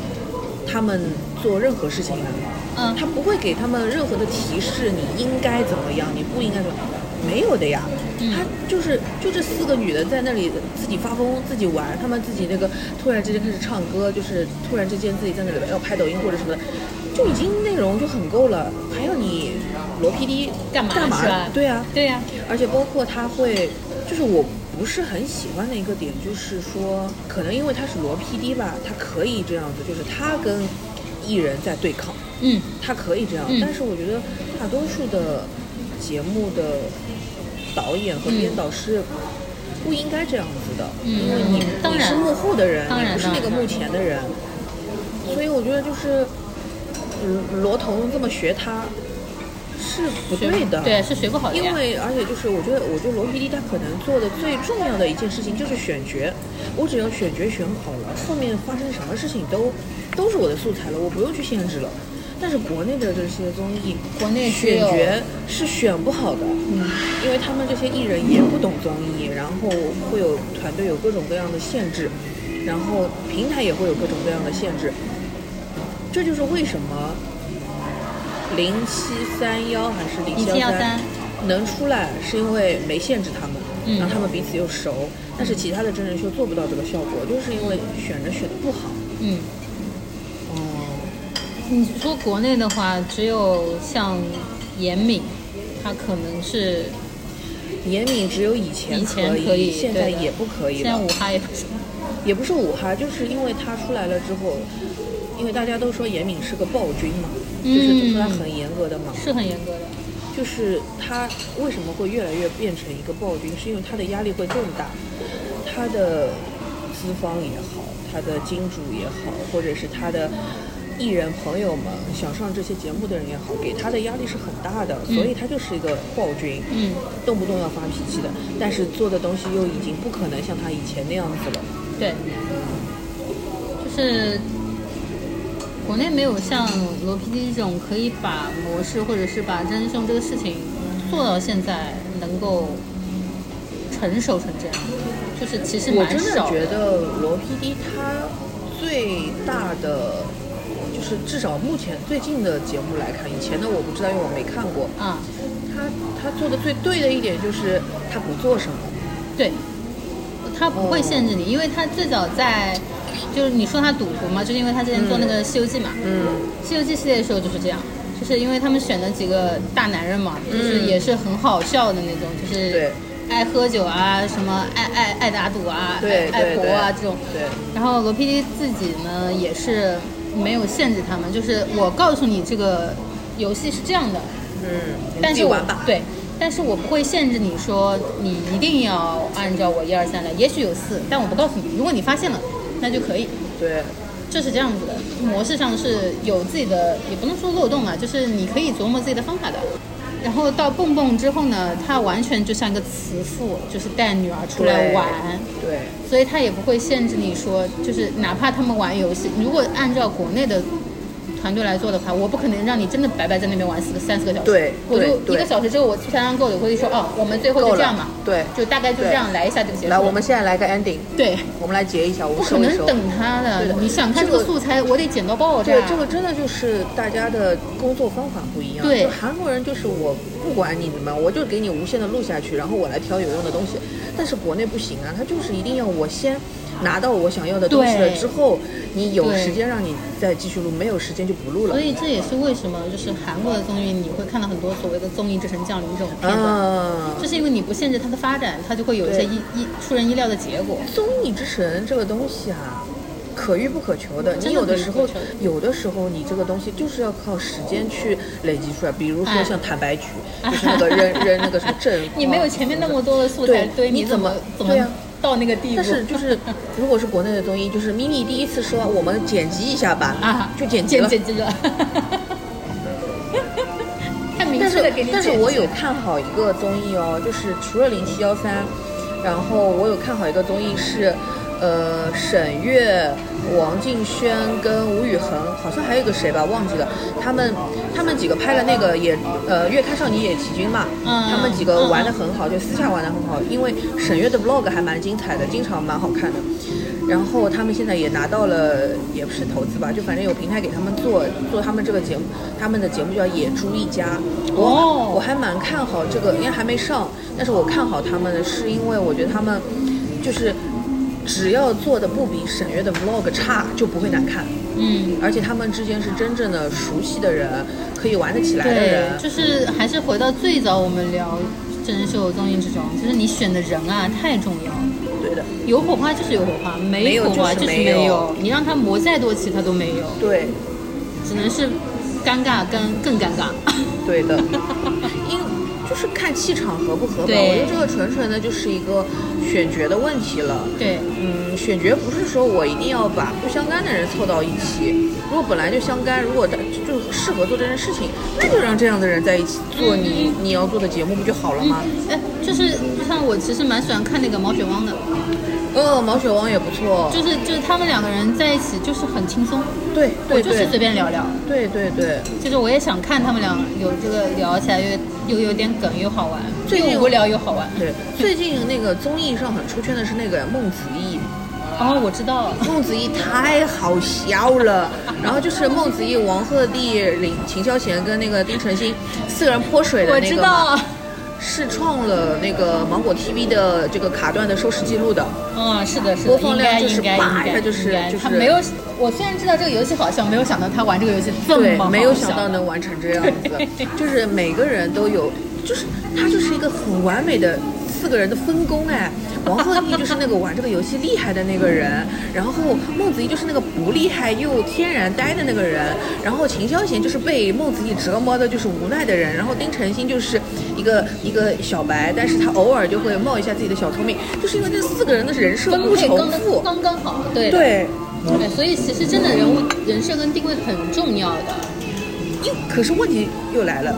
C: 他们做任何事情的，啊
B: 嗯
C: 他不会给他们任何的提示，你应该怎么样，你不应该怎么样。没有的呀，
B: 嗯
C: 她就是就这四个女的在那里自己发疯，自己玩，她们自己那个突然之间开始唱歌，就是突然之间自己在那里要拍抖音或者什么的，就已经内容就很够了，还要你罗 PD
B: 干嘛
C: 干嘛
B: 是吧？
C: 对啊，
B: 对呀、
C: 而且包括他会，就是我不是很喜欢的一个点，就是说，可能因为他是罗 PD 吧，他可以这样子，就是他跟艺人在对抗，
B: 嗯，
C: 他可以这样，
B: 嗯
C: 但是我觉得大多数的节目的导演和编导是不应该这样子的，
B: 嗯
C: 因为你
B: 当
C: 你
B: 然
C: 是幕后的人，
B: 当
C: 你
B: 然
C: 不是那个
B: 当然
C: 幕前的人，所以我觉得就是嗯罗彤这么学他是不
B: 学
C: 对的，
B: 对，是学不好的
C: 因
B: 呀。
C: 为而且就是我觉得，我觉得罗 PD 他可能做的最重要的一件事情就是选角，我只要选角选好了，后面发生什么事情都都是我的素材了，我不用去限制了。但是国内的这些综艺，
B: 国内只
C: 选
B: 有
C: 角是选不好的，嗯，因为他们这些艺人也不懂综艺，然后会有团队有各种各样的限制，然后平台也会有各种各样的限制，这就是为什么零七三幺还是零七幺
B: 0713
C: 三能出来，是因为没限制他们，
B: 嗯
C: 然后他们彼此又熟。但是其他的真人秀做不到这个效果，就是因为选人选的不好。
B: 嗯，
C: 哦，
B: 你说国内的话，只有像严敏，她可能是
C: 严敏只有以前
B: 以前
C: 以，
B: 可以
C: 现在
B: 对的
C: 也不可以
B: 现
C: 了。
B: 在武汉也不是。
C: 也不是五哈，就是因为他出来了之后，因为大家都说严敏是个暴君嘛，
B: 嗯
C: 就是就说他很严格的嘛，
B: 是很严格的。
C: 就是他为什么会越来越变成一个暴君，是因为他的压力会更大，他的资方也好，他的金主也好，或者是他的。艺人朋友们想上这些节目的人也好，给他的压力是很大的，所以他就是一个暴君。
B: 嗯，
C: 动不动要发脾气的，但是做的东西又已经不可能像他以前那样子了。
B: 对，就是国内没有像罗 PD 这种可以把模式或者是把真人秀这个事情做到现在能够成熟成这样，就是其实
C: 我
B: 蛮
C: 真的
B: 少
C: 觉得罗 PD 他最大的，就是至少目前最近的节目来看，以前的我不知道，因为我没看过。
B: 啊，
C: 他他做的最对的一点就是他不做什么，
B: 对，他不会限制你，因为他最早在。就是你说他赌徒嘛，就是因为他之前做那个《西游记》嘛，
C: 嗯，
B: 《西游记》系列的时候就是这样，就是因为他们选的几个大男人嘛，就是
C: 嗯
B: 也是很好笑的那种，就是
C: 对
B: 爱喝酒啊，什么爱爱爱打赌啊，
C: 对
B: 爱爱
C: 对
B: 博
C: 对
B: 啊这种。
C: 对，
B: 然后罗 PD 自己呢也是没有限制他们，就是我告诉你这个游戏是这样的，
C: 嗯，
B: 但
C: 你自己
B: 是我
C: 玩吧，
B: 对，但是我不会限制你说你一定要按照我一二三来，也许有四，但我不告诉你，如果你发现了，那就可以。
C: 对，
B: 这是这样子的，模式上是有自己的，也不能说漏洞啊，就是你可以琢磨自己的方法的。然后到蹦蹦之后呢，他完全就像一个慈父，就是带女儿出来
C: 对
B: 玩，
C: 对，
B: 所以他也不会限制你说，就是哪怕他们玩游戏，如果按照国内的团队来做的话，我不可能让你真的白白在那边玩四个三四个小时，
C: 对
B: 我
C: 对
B: 就一
C: 对
B: 个小时之后我素材量够了，我会说哦，我们最后就这样嘛，
C: 对，
B: 就大概就这样来一下就结束了。
C: 来，我们现在来个 ending，
B: 对。
C: 我们来结一下，我
B: 不
C: 们
B: 可
C: 收一
B: 能
C: 收。
B: 等他
C: 对
B: 的
C: 的，
B: 你想看这
C: 这
B: 个
C: 个
B: 素材，我得剪到爆炸。
C: 对，这个真的就是大家的工作方法不一样。
B: 对
C: 就韩国人就是我不管你怎么样，我就给你无限的录下去，然后我来挑有用的东西。但是国内不行啊，他就是一定要我先拿到我想要的东西了
B: 对
C: 之后，你有
B: 对
C: 时间让你再继续录，没有时间就不录了
B: 所。以这也是为什么就是韩国的综艺，你会看到很多所谓的综艺之神降临这种片段，
C: 嗯，
B: 这是因为你不限制它的发展，它就会有一些
C: 对
B: 意意出人意料的结果。
C: 综艺之神这个东西啊。可遇不可求的，
B: 真的
C: 你有的
B: 可遇
C: 时
B: 不
C: 候
B: 可求，
C: 有的时候你这个东西就是要靠时间去累积出来。比如说
B: 哎
C: 像坦白局，就是那
B: *laughs*
C: 个扔扔那个什么证，啊
B: 你没有前面那么多的素材
C: 对
B: 堆，
C: 你
B: 怎么怎
C: 怎么
B: 么
C: 对啊
B: 到那个地步？*laughs*
C: 但是就是，如果是国内的综艺，就是咪咪第一次说我们剪辑一下吧，
B: 啊，
C: 就剪辑
B: 剪
C: 了。
B: 剪辑了， *laughs* 太明
C: 但
B: 确
C: 是
B: 的给你剪辑。
C: 但是我有看好一个综艺哦，就是除了零七幺三，然后我有看好一个综艺是，呃，沈月、王敬轩跟吴宇恒，好像还有一个谁吧，忘记了。他们他们几个拍了那个也呃《月刊少女野崎君》嘛，
B: 嗯
C: 他们几个
B: 嗯
C: 玩的很好，就私下玩的很好。因为沈月的 vlog 还蛮精彩的，经常蛮好看的。然后他们现在也拿到了，也不是投资吧，就反正有平台给他们做做他们这个节目，他们的节目叫《野猪一家》。我
B: 哦
C: 我还蛮看好这个，因为还没上，但是我看好他们的是因为我觉得他们就是只要做的不比沈月的 vlog 差，就不会难看。
B: 嗯，
C: 而且他们之间是真正的熟悉的人，可以玩得起来的
B: 对
C: 人，。
B: 就是还是回到最早我们聊真人秀综艺之中，就是你选的人啊太重要了。
C: 对的，
B: 有火花就是有火花，
C: 没
B: 没
C: 有
B: 火花
C: 就是
B: 是
C: 没有
B: 没有。你让他磨再多期，他都没有，
C: 对，
B: 只能是尴尬跟更尴尬。 *laughs*
C: 对的。 *laughs* 因就是看气场合不合吧。
B: 对
C: 我觉得这个纯纯的就是一个选角的问题了。
B: 对，
C: 嗯，选角不是说我一定要把不相干的人凑到一起，如果本来就相干，如果大就适合做这件事情，那就让这样的人在一起做你、你要做的节目不就好了
B: 嗯
C: 吗？，
B: 哎，就是就像我其实蛮喜欢看那个毛血旺的，嗯
C: 呃，毛血旺也不错，
B: 就是就是他们两个人在一起就是很轻松，
C: 对
B: 我
C: 对
B: 就是
C: 对
B: 随便聊聊。
C: 对对对，
B: 就是我也想看他们俩有这个聊起来又又有点梗又好玩，
C: 最近
B: 又无聊又好玩。
C: 对，最近那个综艺上很出圈的是那个孟子义，
B: 哦，我知道，
C: *laughs* 孟子义太好笑了。然后就是孟子义、王鹤棣、林秦霄贤跟那个丁程鑫四个人泼水的
B: 我
C: 那
B: 知
C: 个嘛，
B: 道，
C: 是创了那个芒果 TV 的这个卡段的收视记录的。
B: 嗯，是的，是的，
C: 播放
B: 应
C: 量
B: 该
C: 就是
B: 应该
C: 叭
B: 应
C: 一下
B: 该，
C: 就是
B: 应该
C: 就是
B: 他没有，我虽然知道这个游戏好笑，没有想到他玩这个游戏这么好
C: 对，没有想到
B: 笑
C: 能玩成这样子 *laughs*
B: 对，
C: 就是每个人都有，就是他就是一个很完美的四个人的分工哎。王鹤棣就是那个玩这个游戏厉害的那个人，然后孟子义就是那个不厉害又天然呆的那个人，然后秦霄贤就是被孟子义折磨的就是无奈的人，然后丁程鑫就是一个一个小白，但是他偶尔就会冒一下自己的小聪明，就是因为这四个人的人设不
B: 分配
C: 重
B: 刚
C: 复，
B: 刚刚好，对的
C: 对。
B: 对，所以其实真的人物人设跟定位很重要的。
C: 又可是问题又来了，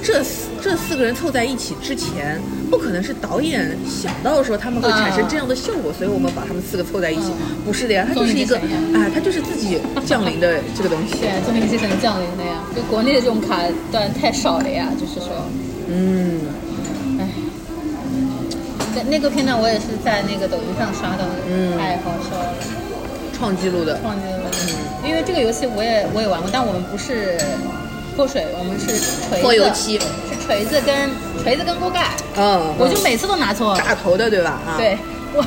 C: 这四这四个人凑在一起之前，不可能是导演想到说他们会产生这样的效果，所以我们把他们四个凑在一起，
B: 嗯
C: 不是的呀，他就是一个
B: 综艺之神
C: 啊，他就是自己降临的这个东西。
B: 对，综艺之神降临了呀，就国内的这种卡段太少了呀，就是说，
C: 嗯，
B: 唉，那那个片段我也是在那个抖音上刷到的，
C: 嗯
B: 太好笑了，
C: 创纪录的，
B: 忘记了，
C: 嗯
B: 因为这个游戏我也我也玩过，但我们不是泼水，我们是锤子，
C: 泼油漆
B: 是锤子跟锤子跟锅盖，
C: 嗯，
B: 我就每次都拿错，
C: 大头的对吧？啊，，
B: 对我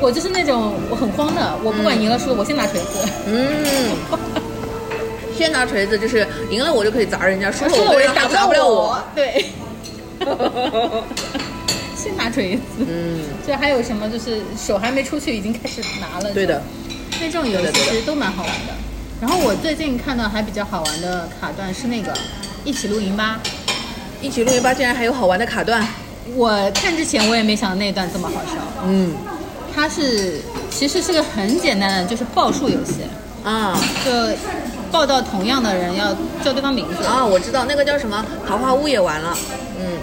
B: 我就是那种我很慌的，我不管
C: 嗯
B: 赢了输，我先拿锤子。
C: 嗯。先拿锤子，就是赢了我就可以砸人家，输了我
B: 也
C: 也打不了我。。
B: 对， *laughs* 先拿锤子。
C: 嗯，
B: 这还有什么？就是手还没出去，已经开始拿了。
C: 对的，
B: 那这种游
C: 对的
B: 戏
C: 对的
B: 其实都蛮好玩的。然后我最近看到还比较好玩的卡段是那个一起露营吧。
C: 一起录音吧，竟然还有好玩的卡段。
B: 我看之前我也没想到那段这么好笑。
C: 嗯，
B: 它是其实是个很简单的，就是报数游戏，
C: 啊，
B: 就报到同样的人要叫对方名字，
C: 啊，我知道那个叫什么桃花坞也完了。嗯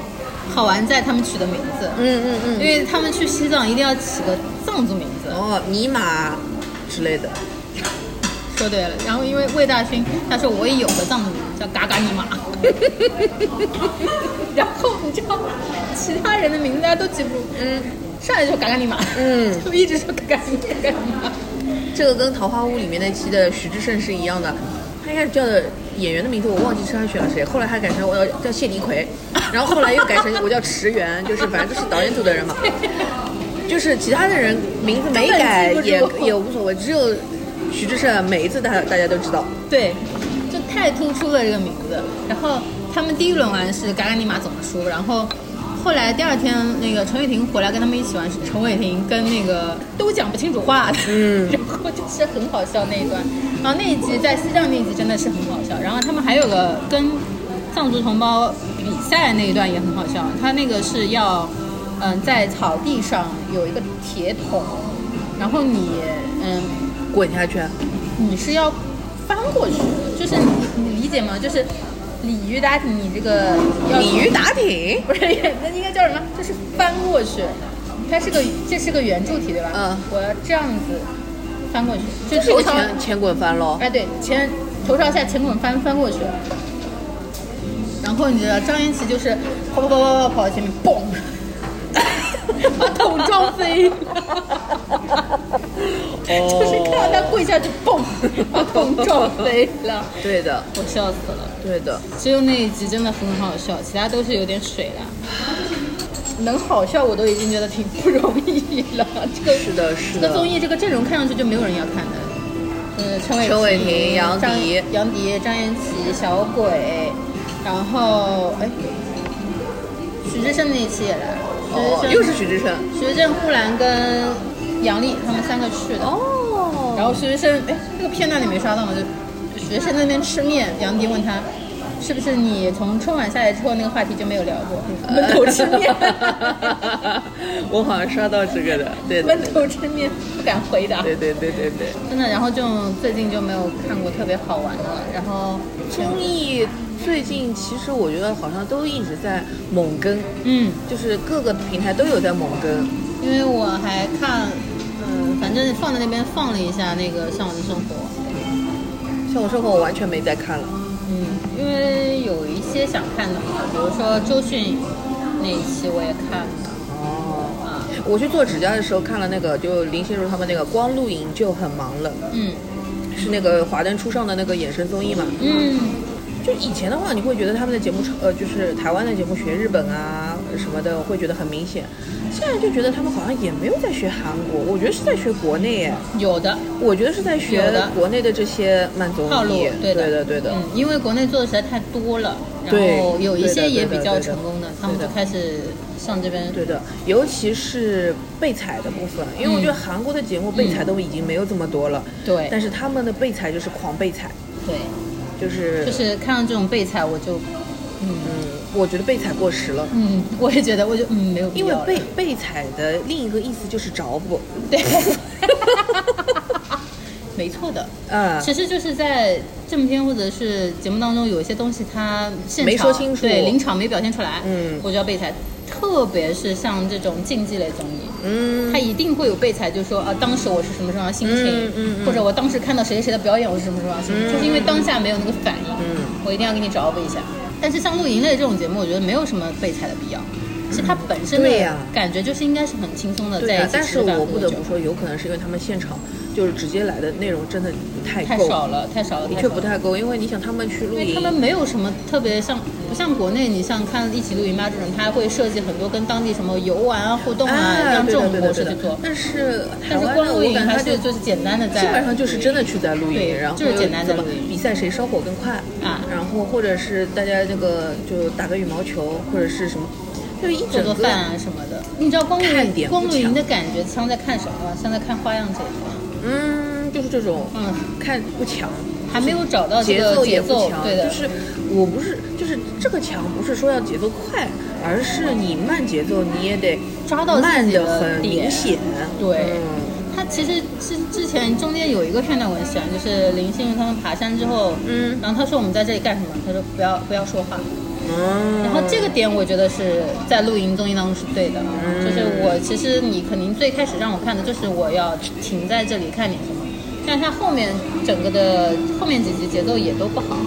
B: 好玩在他们取的名字。
C: 嗯
B: 因
C: 嗯嗯。
B: 为他们去西藏一定要起个藏族名字。
C: 哦，尼玛之类的。
B: 说对了，然后因为魏大勋他说我也有个藏族名字叫嘎嘎尼玛， *laughs* 然后你知道其他人的名字大家都记不住，
C: 嗯
B: 上来就嘎嘎尼玛，
C: 嗯，
B: *laughs* 就一直说嘎嘎尼玛嘎嘎尼玛。
C: 这个跟桃花坞里面那期的徐志胜是一样的。他一开始叫的演员的名字我忘记是他选了谁，后来他改成我要叫谢迪奎，然后后来又改成我叫池源，就是反正就是导演组的人 *laughs* 嘛，就是其他的人名字没改
B: 根本记
C: 也
B: 不住
C: 也无所谓，只有徐志胜每一次大大家都知道。
B: 对，就太突出了这个名字。然后他们第一轮玩是嘎嘎尼玛总输，然后后来第二天那个陈伟霆回来跟他们一起玩，是陈伟霆跟那个 *laughs* 都讲不清楚话的，
C: 嗯
B: 然后就是很好笑那一段。然后那一集在西藏那一集真的是很好笑。然后他们还有个跟藏族同胞比赛那一段也很好笑，他那个是要嗯在草地上有一个铁桶，然后你嗯
C: 滚下去，
B: 你是要翻过去，就是你你理解吗？就是鲤鱼打
C: 嗯
B: 挺，你这个要
C: 鲤鱼打挺，
B: 不是那应该叫什么？就是翻过去，它是个这是个圆柱体对吧？
C: 嗯
B: 我要这样子翻过去，就
C: 就是
B: 头朝
C: 前前滚翻喽。
B: 哎对前头朝下前滚翻翻过去。然后你知道张云绮就是跑跑跑跑跑跑到前面，嘣，把头撞飞。就是看到他跪下就嘣，把头撞飞了，
C: 对的，
B: 我笑死了。
C: 对的，
B: 只有那一集真的很好笑，其他都是有点水了。能好笑我都已经觉得挺不容易了。这个
C: 是的，是
B: 这个综
C: 的。
B: 艺这个阵容看上去就没有人要看的。嗯，陈伟
C: 陈伟霆杨
B: 张
C: 迪
B: 杨迪、张延齐、小鬼，然后哎，许志胜那一期也来，
C: 哦
B: 许，
C: 又
B: 志胜、
C: 是许志胜。
B: 许志胜、呼兰跟杨笠他们三个去的。
C: 哦
B: 然后徐志胜，哎，这个片段你没刷到吗？就徐志胜那边吃面，杨迪问他，是不是你从春晚下来之后那个话题就没有聊过？ *laughs* 闷头吃
C: *laughs*
B: 面，
C: 我好像刷到这个的，对的
B: 闷，头吃面，不敢回答。
C: 对对对对对。
B: 真的，然后就最近就没有看过特别好玩的了。然后，
C: 综艺最近其实我觉得好像都一直在猛跟，
B: 嗯，
C: 就是各个平台都有在猛跟。
B: 因为我还看，嗯、反正放在那边放了一下那个《向往的生活》，
C: 像我生活我完全没在看了。
B: 嗯，因为有一些想看的嘛，比如说周迅那一期我也看了
C: 哦，
B: 啊，
C: 我去做指甲的时候看了那个，就林心如他们那个《光录影就很忙了》，
B: 嗯
C: 是那个华灯初上的那个衍生综艺嘛。
B: 嗯，
C: 就以前的话，你会觉得他们的节目呃，就是台湾的节目学日本啊什么的，会觉得很明显。现在就觉得他们好像也没有在学韩国，我觉得是在学国内耶，
B: 有的
C: 我觉得是在学
B: 有的
C: 国内的这些慢综
B: 套路
C: 艺，，
B: 对
C: 对
B: 的
C: 对的。
B: 嗯，因为国内做的实在太多了，然
C: 对
B: 后有一
C: 对的
B: 些也
C: 对的
B: 比较
C: 对的
B: 成功的，他们
C: 对
B: 就
C: 的
B: 开始上这边，
C: 对的，尤其是备采的部分，因为我觉得韩国的节目备采都已经没有这么多了，
B: 对
C: 但是他们的备采就是狂备采，
B: 对，
C: 就是、
B: 就是看到这种备采我就，嗯。
C: 嗯，我觉得备采过时了，
B: 嗯，我也觉得，我就嗯没有必
C: 因为
B: 要了
C: 备备采的另一个意思就是找补，
B: 对，没错的，
C: 嗯，
B: 其实就是在正片或者是节目当中有一些东西它现场
C: 没说清楚
B: 对临场没表现出来，
C: 嗯
B: 我就要备采，特别是像这种竞技类综艺。
C: 嗯
B: 他，一定会有备采，就说啊，当时我是什么什么样的心情，
C: 嗯嗯嗯
B: 或者我当时看到谁谁谁的表演，我是什么什么样的心情，就是因为当下没有那个反应，
C: 嗯
B: 我一定要给你找补一下。但是像露营类这种节目，我觉得没有什么备采的必要。其实它本身的
C: 对呀
B: 感觉就是应该是很轻松的
C: 对
B: 在一
C: 啊
B: 起，
C: 但
B: 吃
C: 是
B: 饭
C: 我
B: 喝
C: 不得
B: 酒
C: 不说，有可能是因为他们现场就是直接来的内容真的太
B: 太
C: 够，
B: 少了，太少了，
C: 的
B: 太
C: 确
B: 少
C: 不
B: 了。
C: 太够，因为你想他们去
B: 因
C: 露
B: 为
C: 营
B: 他，们没有什么特别像，不像国内，你像看一起露营吧这种，他会设计很多跟当地什么游玩啊、互动啊，
C: 哎，
B: 让这
C: 对
B: 种
C: 的对
B: 模
C: 的
B: 式
C: 对
B: 去
C: 的
B: 做，。
C: 但是台
B: 但是
C: 湾
B: 光
C: 的
B: 露
C: 我
B: 营
C: 感觉
B: 它
C: 他就是
B: 就是简单的在，
C: 基本上就是真的去在露
B: 对
C: 营，然后
B: 就是简单的
C: 怎么
B: 露营
C: 比赛谁烧火更快
B: 啊
C: 然后或者是大家这个就打个羽毛球或者是什么，就一
B: 做
C: 整
B: 做
C: 个
B: 饭啊什么的。你知道光露
C: 看
B: 营，
C: 点不
B: 光露营
C: 强
B: 的感觉像在看什么吗？像在看花样姐姐。
C: 嗯，就是这种
B: 嗯，
C: 看不强，
B: 还没有找到这
C: 节
B: 个
C: 奏
B: 节
C: 也不
B: 奏，
C: 强，
B: 对的，
C: 就是我不是就是这个强不是说要节奏快，而是你慢节奏你也得
B: 抓到自
C: 慢
B: 己
C: 的
B: 的
C: 很明
B: 点。
C: 显，
B: 对
C: 嗯
B: 他其实之之前中间有一个片段我很喜欢，就是林心如他们爬山之后，
C: 嗯
B: 然后他说我们在这里干什么？他说不要不要说话。
C: 嗯，
B: 然后这个点我觉得是在露营综艺当中是对的，
C: 嗯
B: 就是我其实你肯定最开始让我看的就是我要停在这里看点什么，但是它后面整个的后面几集节奏也都不好，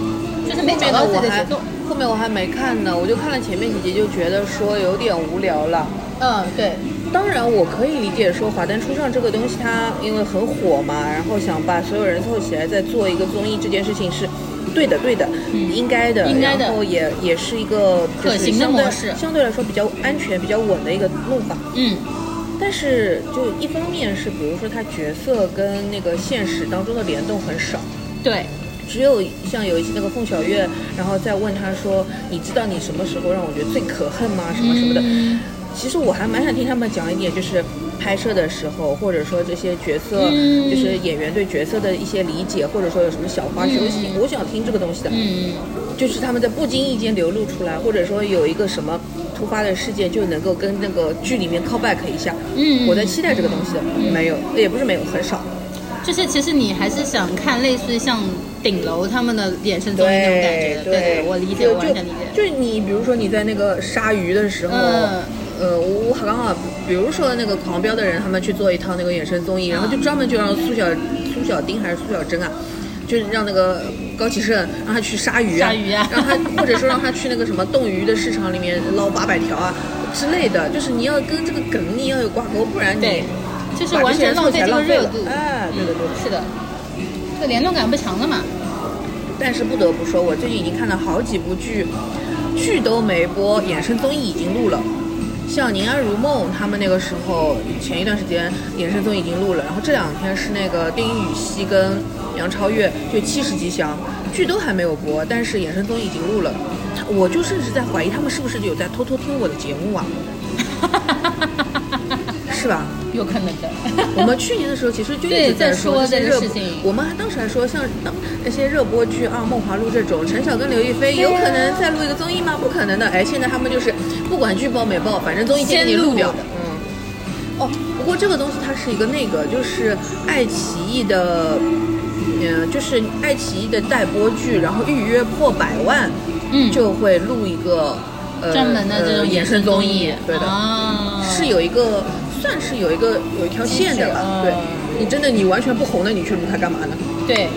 B: 就是没找到自己
C: 后面我
B: 的节
C: 还
B: 奏。
C: 后面我还没看呢，我就看了前面几集，就觉得说有点无聊了。
B: 嗯，对，
C: 当然，我可以理解说《华灯初上》这个东西，它因为很火嘛，然后想把所有人凑起来再做一个综艺，这件事情是对的，对的，
B: 嗯
C: 应该的，
B: 应该的
C: 然后也也是一个就
B: 可
C: 是
B: 行的
C: 相对
B: 模式
C: 相对来说比较安全、比较稳的一个弄法。
B: 嗯，
C: 但是就一方面是，比如说它角色跟那个现实当中的联动很少，
B: 对，
C: 只有像有一些那个凤小岳，然后再问他说，你知道你什么时候让我觉得最可恨吗？什么什么的。
B: 嗯
C: 其实我还蛮想听他们讲一点，就是拍摄的时候，或者说这些角色，
B: 嗯
C: 就是演员对角色的一些理解，或者说有什么小花
B: 嗯
C: 絮，我想我想听这个东西的，
B: 嗯，
C: 就是他们在不经意间流露出来，或者说有一个什么突发的事件，就能够跟那个剧里面 call back 一下。
B: 嗯
C: 我在期待这个东西的，没有，也不是没有，很少。
B: 就是其实你还是想看类似于像顶楼他们的衍生综艺那种感觉的，对对，我理解，
C: 就
B: 我完全理解。
C: 就就你比如说你在那个杀鱼的时候，
B: 嗯
C: 呃，我我刚好，比如说那个《狂飙》的人，他们去做一套那个衍生综艺，然后就
B: 嗯
C: 专门就让苏小苏小丁还是苏小珍啊，就是让那个高启盛让他去杀鱼啊，
B: 杀鱼啊
C: 让他或者说让他去那个什么冻鱼的市场里面捞八百条啊之类的，就是你要跟这个梗你要有挂钩，不然
B: 对
C: 你，
B: 就是
C: 把这
B: 完
C: 些
B: 全
C: 人
B: 浪
C: 凑
B: 费
C: 起来
B: 这个
C: 浪费
B: 热
C: 了
B: 度。嗯
C: 哎，对对对。
B: 是的，这个联动感不强的嘛。
C: 但是不得不说，我最近已经看了好几部剧，剧都没播，衍生综艺已经录了。像《宁安如梦》，他们那个时候前一段时间衍生综艺已经录了，然后这两天是那个丁禹兮跟杨超越就七十吉祥，剧都还没有播，但是衍生综艺已经录了。他我就甚至在怀疑他们是不是有在偷偷听我的节目啊，是吧？ *laughs*
B: 有可能的。
C: 我们去年的时候其实就一
B: 对
C: 直
B: 在
C: 说
B: 说
C: 这些
B: 这个
C: 热
B: 事情
C: 我们还当时还说像当那些热播剧啊，《梦华录》这种，陈晓跟刘亦菲
B: 对呀
C: 有可能再录一个综艺吗？不可能的。哎，现在他们就是不管剧报没报，反正综艺先给你
B: 先录
C: 录掉的。嗯。哦，不过这个东西它是一个那个，就是爱奇艺的，嗯、就是爱奇艺的待播剧，然后预约破百万，
B: 嗯，
C: 就会录一个。
B: *laughs*
C: 呃
B: 专门的这种
C: 呃衍生综
B: 综
C: 艺，对的，
B: 啊，
C: 是有一个算是有一个有一条线的吧？
B: 机制
C: 对
B: 哦，
C: 你真的你完全不红的，你去录它干嘛呢？
B: 对，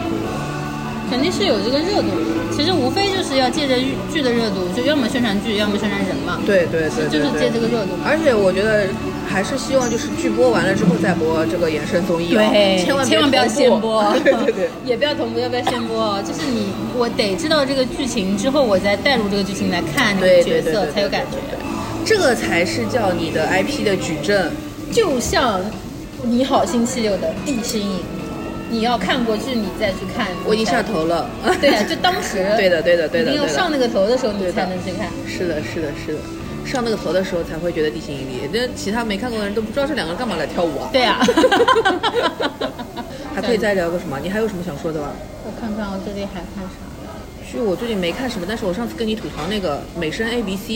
B: 肯定是有这个热度。其实无非就是要借着剧的热度，就要么宣传剧，要么宣传人嘛，
C: 对对对
B: 就
C: 对
B: 是借这
C: 对。
B: 个热度嘛。
C: 而且我觉得还是希望就是剧播完了之后再播这个衍生综艺哦，千万
B: 千万不要
C: 同
B: 先 *laughs*
C: 步，
B: 播
C: 对 *laughs* 对对，
B: 也不要同步，要不要先播？就是你，我得知道这个剧情之后，我再带入这个剧情来看这个
C: 对
B: 角
C: 对对对
B: 色，
C: 对
B: 才有感觉。
C: 这个才是叫你的 IP 的矩阵。
B: 就像《你好星期六》的地心引力，你要看过剧，你再去看。
C: 我已经下。头了。
B: 对
C: *laughs*。
B: 啊，就当时
C: 对的对的对的
B: 一定要
C: 对的
B: 上那个头的时候，你
C: 对的
B: 才能去看。
C: 是的，是的，是的。上那个头的时候才会觉得地心引力，那其他没看过的人都不知道这两个干嘛来跳舞啊？
B: 对
C: *laughs*
B: 啊
C: 还可以再聊个什么？你还有什么想说的吗？
B: 我看看我这里还看啥？
C: 其实我最近没看什么，但是我上次跟你吐槽那个《美声 A B C》，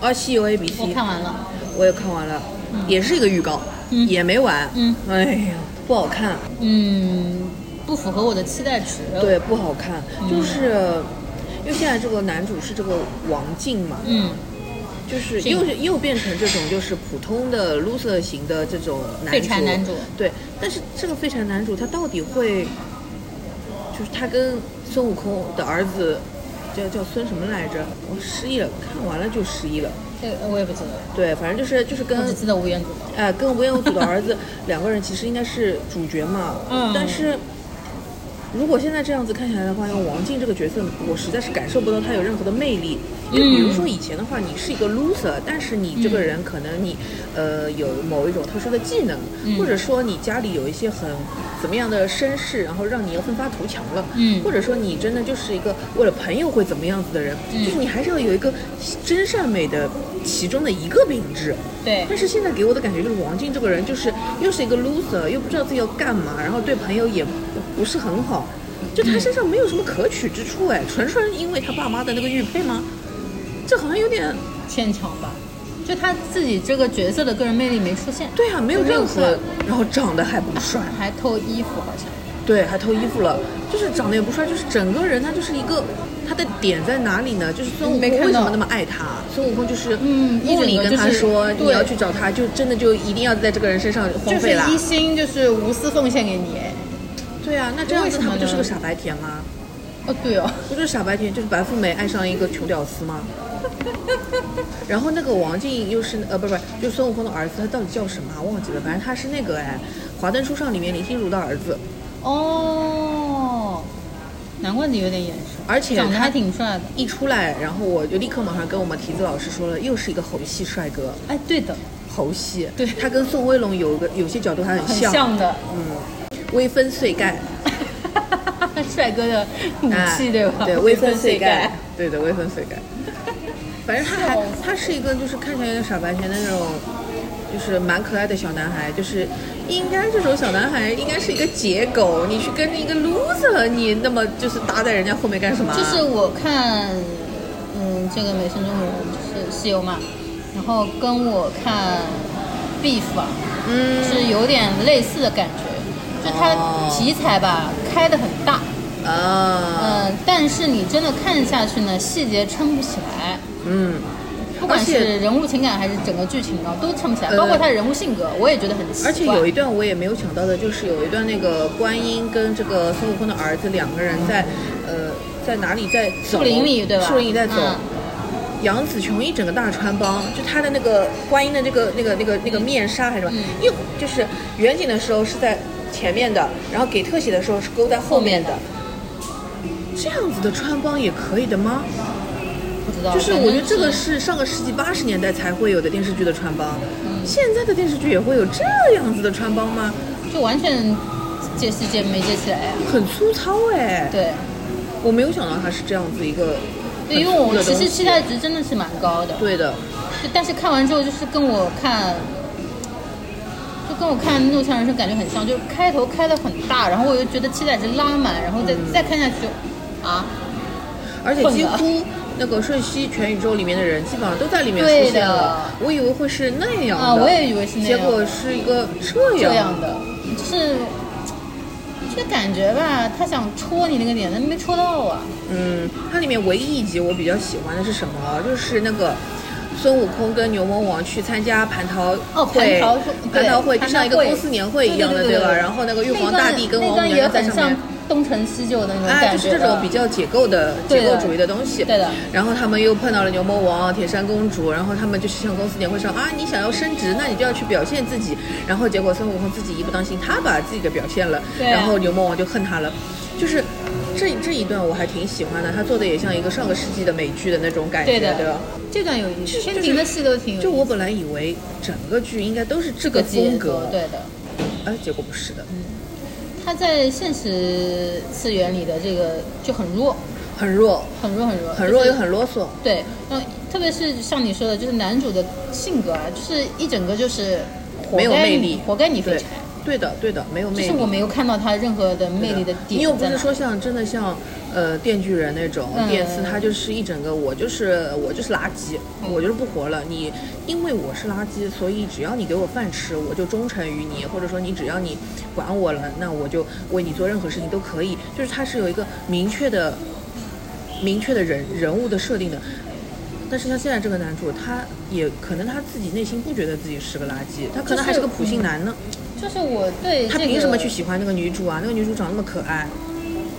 C: 啊，《西游 A B C
B: 我》，看完了。
C: 我也看完了，也是一个预告，
B: 嗯
C: 也没完，
B: 嗯，
C: 哎呀，不好看，
B: 嗯，不符合我的期待值。
C: 对，不好看，就是因为现在这个男主是这个王静嘛，
B: 嗯，
C: 就是
B: 是
C: 又是又变成这种就是普通的 loser 型的这种男主，
B: 废柴男主
C: 对，但是这个废柴男主他到底会，就是他跟孙悟空的儿子叫叫孙什么来着？我失忆了，看完了就失忆了。
B: 这个我也不知道，
C: 对，反正就是就是跟
B: 我只记得吴彦祖。
C: 呃跟吴彦祖的儿子两个人其实应该是主角嘛，
B: 嗯
C: 但是。如果现在这样子看下来的话，用王静这个角色，我实在是感受不到她有任何的魅力。就比
B: 嗯
C: 如说以前的话，你是一个 loser，但是你这个人可能你，呃，有某一种特殊的技能，
B: 嗯
C: 或者说你家里有一些很怎么样的身世，然后让你奋发图强了，
B: 嗯
C: 或者说你真的就是一个为了朋友会怎么样子的人，
B: 嗯
C: 就是你还是要有一个真善美的其中的一个品质。
B: 对
C: 但是现在给我的感觉就是王静这个人就是又是一个 loser，又不知道自己要干嘛，然后对朋友也不是很好，就他身上没有什么可取之处哎，纯纯因为他爸妈的那个玉佩吗？这好像有点
B: 牵强吧，就他自己这个角色的个人魅力没出现。
C: 对啊，没有
B: 就没有
C: 任何
B: 帅，
C: 然后长得还不帅，
B: 还偷衣服好像。
C: 对，还偷衣服了，就是长得也不帅，就是整个人他就是一个。他的点在哪里呢？就是孙悟
B: 嗯
C: 空
B: 没看到
C: 为什么那么爱他？孙悟空就是，
B: 嗯一整
C: 梦里
B: 个
C: 跟他
B: 就是
C: 说、你
B: 对
C: 要去找他，就真的就一定要在这个人身上荒
B: 就是
C: 废啦。
B: 一心就是无私奉献给你。
C: 对啊，那这样子他不就是个
B: 为什么呢
C: 傻白甜吗？
B: 哦，对哦，
C: 不就是傻白甜，就是白富美爱上一个穷屌丝吗？ *laughs* 然后那个王静又是呃，不是不是，就孙悟空的儿子，他到底叫什么啊忘记了，反正他是那个哎，《华灯初上》里面林心如的儿子，
B: 哦，难怪你有点眼熟，
C: 而且
B: 长得
C: 他
B: 还挺帅的。
C: 一出来，然后我就立刻马上跟我们提子老师说了，又是一个猴戏帅哥，
B: 哎，对的，
C: 猴戏，
B: 对
C: 他跟宋威龙有个有些角度还很
B: 很
C: 像，
B: 像 *laughs* 的，
C: 微分碎盖，
B: 帅哥的武
C: 哎
B: 器啊对吧？
C: 对，微
B: 微
C: 分
B: 分
C: 碎
B: 盖
C: 盖。，对的，微分碎盖。反正他还他是一个就是看起来有点傻白甜的那种，就是蛮可爱的小男孩，就是应该这种小男孩应该是一个解狗，你去跟着一个 loser，你那么就是搭在人家后面干什么啊？
B: 就是我看，嗯，这个美声中国人就是西游嘛，然后跟我看 Beef 啊，
C: 嗯
B: 是有点类似的感觉，就它
C: 哦
B: 题材吧开得很大，嗯、
C: 啊
B: 但是你真的看下去呢，细节撑不起来。
C: 嗯，
B: 不管
C: 而且
B: 是人物情感还是整个剧情啊，都撑不起来。
C: 呃
B: 包括他的人物性格，我也觉得很奇怪。
C: 而且有一段我也没有想到的，就是有一段那个观音跟这个孙悟空的儿子两个人在，呃，在哪里在走
B: 树林里对吧？
C: 树林里在走。
B: 嗯
C: 杨紫琼一整个大穿帮，就她的那个观音的这个那个那个那个面纱还是什么，一会就是远景的时候是在前面的，然后给特写的时候是勾在后面的。这样子的穿帮也可以的吗？
B: 不知道。
C: 就是
B: 反
C: 我
B: 正
C: 觉得这个
B: 哦是
C: 是上个世纪八十年代才会有的电视剧的穿帮，
B: 嗯
C: 现在的电视剧也会有这样子的穿帮吗？
B: 就完全接细节没接起来呀。
C: 很粗糙哎、
B: 对，
C: 我没有想到它是这样子一个很粗的东西。
B: 对，因为我其实期待值真的是蛮高的。
C: 对的，
B: 就但是看完之后，就是跟我看，就跟我看《怒呛人生》感觉很像，就是开头开的很大，然后我又觉得期待值拉满，然后再、
C: 嗯
B: 再看下去就，啊，
C: 而且
B: 混
C: 几
B: 的
C: 乎那个瞬息全宇宙里面的人基本上都在里面
B: 对
C: 出现
B: 的
C: 了。我以为会是那样的，
B: 啊我也以为是那
C: 结
B: 样
C: 果是一个这
B: 这
C: 样
B: 样的，就是这个感觉吧，他想戳你那个点，但没戳到啊。
C: 嗯，它里面唯一一集我比较喜欢的是什么？就是那个。孙悟空跟牛魔王去参加蟠桃
B: 哦
C: 会，
B: 蟠桃会对
C: 蟠桃会就
B: 蟠
C: 像一个
B: 桃会
C: 公司年会一样的，
B: 对对对对
C: 吧？
B: 对
C: 然后那个玉
B: 那
C: 皇
B: 段
C: 大帝跟
B: 那
C: 王
B: 段
C: 母
B: 也
C: 娘娘在
B: 很
C: 上
B: 像
C: 面，
B: 东成西就的那种嗯感觉、
C: 哎，就是这种比。较解构的解
B: 对
C: 构
B: 的
C: 主义的东西。
B: 对的
C: 然后他们又碰到了牛魔王、铁扇公主，然后他们就是像公司年会上啊，你想要升职，那你就要去表现自己。然后结果孙悟空自己一不当心，他把自己给表现了，
B: 对啊
C: 然后牛魔王就恨他了，就是。这这一段我还挺喜欢的，他做的也像一个上个世纪的美剧的那种感
B: 对
C: 觉，
B: 的
C: 吧？
B: 这段有意
C: 就是
B: 思，天庭的戏都挺有意思
C: 就我本来以为整个剧应该都是这
B: 这个
C: 个
B: 节
C: 风
B: 奏
C: 格，，
B: 对嗯的。
C: 哎，结果不是的，
B: 他在现实次元里的这个就很弱，
C: 很弱，
B: 很弱很弱，
C: 很弱
B: 就是
C: 又很啰嗦，
B: 对，嗯，特别是像你说的，就是男主的性格啊，就是一整个就是活该
C: 没有魅力
B: 你活该你废
C: 对
B: 柴。，
C: 对的，对的，没有
B: 就
C: 魅
B: 是
C: 力。
B: 我没有看到他任何的魅力的点在哪。
C: 你又不是说像真的像，呃，电锯人那种，
B: 嗯
C: 电四他就是一整个我就是我就是垃圾，
B: 嗯
C: 我就是不活了。你因为我是垃圾，所以只要你给我饭吃，我就忠诚于你，或者说你只要你管我了，那我就为你做任何事情都可以。就是他是有一个明确的、明确的人人物的设定的。但是像现在这个男主，他也可能他自己内心不觉得自己是个垃圾，他可能还是个
B: 就是
C: 普信男呢。
B: 就是我嗯对
C: 他
B: 这
C: 凭什么
B: 个
C: 去喜欢那个女主啊？那个女主长那么可爱。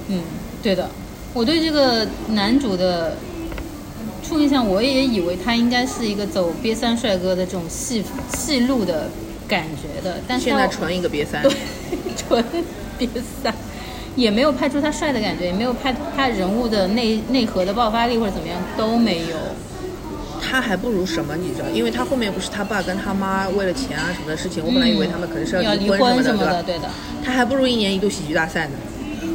B: 嗯，对的，我对这个男主的初印象，我也以为他应该是一个走瘪三帅哥的这种戏戏路的感觉的，但是
C: 现在
B: 他
C: 纯一个瘪三，
B: *laughs* 对纯瘪三，也没有拍出他帅的感觉，也没有拍他人物的内内核的爆发力或者怎么样都没有。
C: 他还不如什么，你知道？因为他后面不是他爸跟他妈为了钱啊什么的事情，我本来以为他们可能是
B: 嗯要
C: 离
B: 婚
C: 什
B: 什
C: 么
B: 么
C: 的，
B: 的，对的。
C: 他还不如一年一度喜剧大赛呢。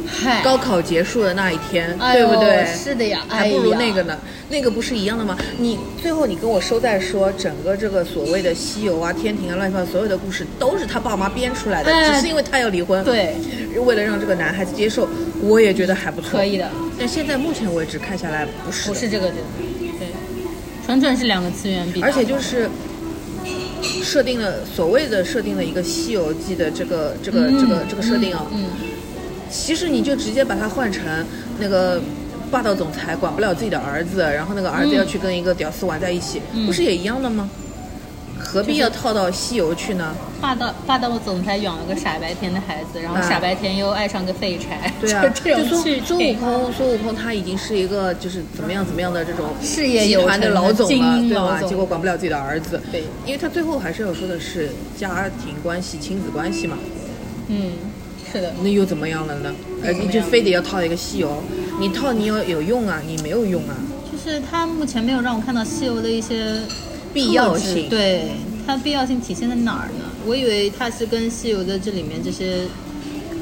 B: 嗨，
C: 高考结束的那一天，
B: 哎
C: 对
B: 呦
C: 不对？
B: 是的呀
C: 还不如
B: 哎呀
C: 那个呢。那个不是一样的吗？你最后你跟我收在说，整个这个所谓的西游啊、天庭啊、乱七八糟所有的故事都是他爸妈编出来的，
B: 哎
C: 只是因为他要离婚，，
B: 对，
C: 为了让这个男孩子接受，我也觉得还不错。
B: 可以的，
C: 但现在目前为止看下来，不是
B: 不
C: 的
B: 是这个的，对，纯纯是两个次元比的，
C: 而且就是设定了所谓的设定了一个《西游记》的这个这个、这个
B: 嗯
C: 这个设定啊、
B: 嗯，
C: 其实你就直接把它换成那个霸道总裁管不了自己的儿子，然后那个儿子
B: 嗯
C: 要去跟一个屌丝玩在一起，
B: 嗯
C: 不是也一样的吗？何必要套到西游去呢？
B: 嗯霸道霸道总裁养了个傻白甜的孩子，然后
C: 啊
B: 傻白甜又爱上个废柴，
C: 对啊，
B: *laughs* 就这
C: 就
B: 种剧
C: 孙孙悟
B: 情。
C: 空，孙悟空他已经是一个就是怎么样怎么样的这种
B: 事业
C: 集
B: 有
C: 团的
B: 成
C: 老
B: 的
C: 总
B: 精英
C: 了，啊对
B: 老
C: 吧？
B: 总
C: 结果管不了自己的儿子，
B: 对，
C: 因为他最后还是要说的是家庭关系、亲子关系嘛，
B: 嗯，是的，
C: 那又怎么样了呢？呃，
B: 又怎么
C: 你
B: 样
C: 就非得要套一个西游，你套你要有用啊，你没有用啊，
B: 就是他目前没有让我看到西游的一些
C: 必要
B: 特质
C: 性。
B: 对它必要性体现在哪儿呢？我以为它是跟西游的这里面这些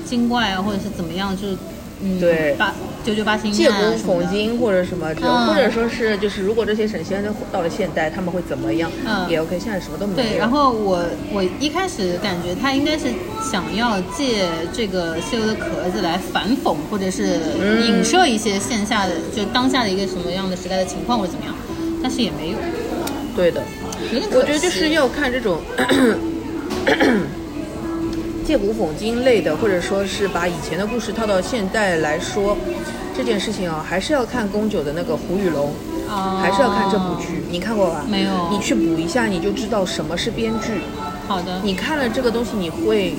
B: 精怪啊，或者是怎么样，就是嗯，
C: 对
B: 八九九八星
C: 借
B: 啊
C: 古
B: 什么
C: 讽
B: 的。
C: 今或者什么之类，
B: 嗯
C: 或者说是就是，如果这些神仙都到了现代，他们会怎么样？
B: 嗯
C: 也 OK。现在什么都没有。
B: 对，然后我我一开始感觉他应该是想要借这个西游的壳子来反讽，或者是影射一些线下的，就当下的一个什么样的时代的情况或者怎么样，但是也没有，
C: 对的，
B: 有点可惜。
C: 我觉得就是要看
B: *coughs*
C: 这种借古讽今类的，或者说是把以前的故事套到现代来说，这件事情啊，还是要看宫九的那个《虎与龙》。
B: 哦
C: 还是要看这部剧。你看过吧？
B: 没有
C: 你去补一下，你就知道什么是编剧。
B: 好的，
C: 你看了这个东西，你会，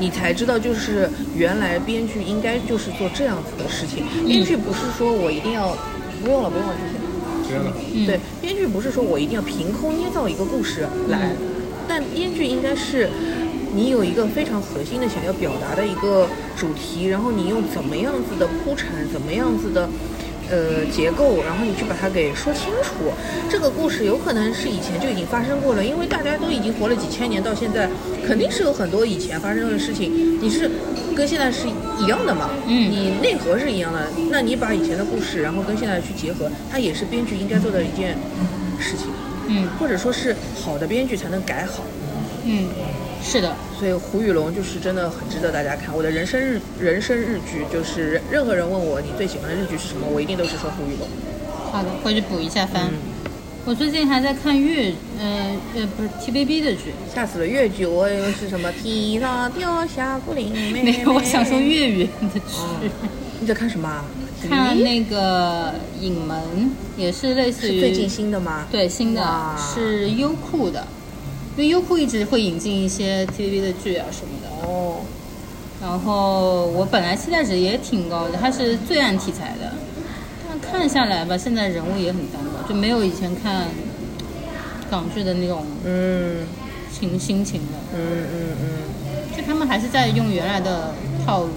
C: 你才知道，就是原来编剧应该就是做这样子的事情。编剧不是说我一定要，不用了，不用了，谢谢。
A: 这样的，
B: 嗯
C: 对，编剧不是说我一定要凭空捏造一个故事来，但编剧应该是你有一个非常核心的想要表达的一个主题，然后你用怎么样子的铺陈，怎么样子的。呃，结构，然后你去把它给说清楚。这个故事有可能是以前就已经发生过了，因为大家都已经活了几千年，到现在肯定是有很多以前发生的事情，你是跟现在是一样的嘛？
B: 嗯
C: 你内核是一样的，那你把以前的故事，然后跟现在去结合，它也是编剧应该做的一件事情，
B: 嗯
C: 或者说是好的编剧才能改好。
B: 嗯，是的，
C: 所以胡宇龙就是真的很值得大家看。我的人生日人生日剧就是任何人问我你最喜欢的日剧是什么，我一定都是说胡宇龙。
B: 好的，回去补一下番。
C: 嗯
B: 我最近还在看粤，呃呃，不是 TVB 的剧，
C: 吓死了！越剧我以为是什么天啊上掉下个林妹妹。
B: 没有，我想说粤语的
C: 哦
B: 剧。
C: 你在看什么啊？
B: 看
C: 咦
B: 那个《影门》，也是类似
C: 是
B: 于
C: 最近新的吗？
B: 对新的啊
C: 哇
B: 是优酷的，因为优酷一直会引进一些 TVB 的剧啊什么的。
C: 哦，
B: 然后我本来期待值也挺高的，它是罪案题材的，但看下来吧，现在人物也很单薄，就没有以前看港剧的那种
C: 嗯
B: 情心情了。
C: 嗯嗯嗯，
B: 就他们还是在用原来的套路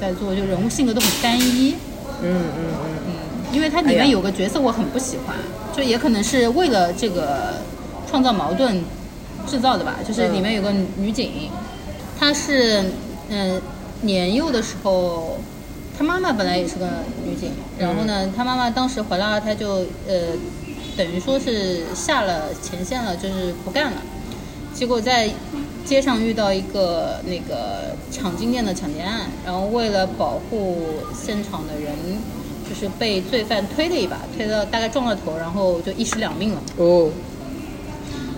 B: 在做，就人物性格都很单一。
C: 嗯嗯嗯，
B: 因为它里
C: 哎呀
B: 面有个角色我很不喜欢，就也可能是为了这个创造矛盾制造的吧。就是
C: 嗯
B: 里面有个女警，她是嗯、年幼的时候，她妈妈本来也是个女警，然后
C: 嗯
B: 呢，她妈妈当时怀了二胎就呃，等于说是下了前线了，就是不干了。结果在街上遇到一个那个抢金店的抢劫案，然后为了保护现场的人，就是被罪犯推了一把，推到大概撞了头，然后就一尸两命了。
C: 哦，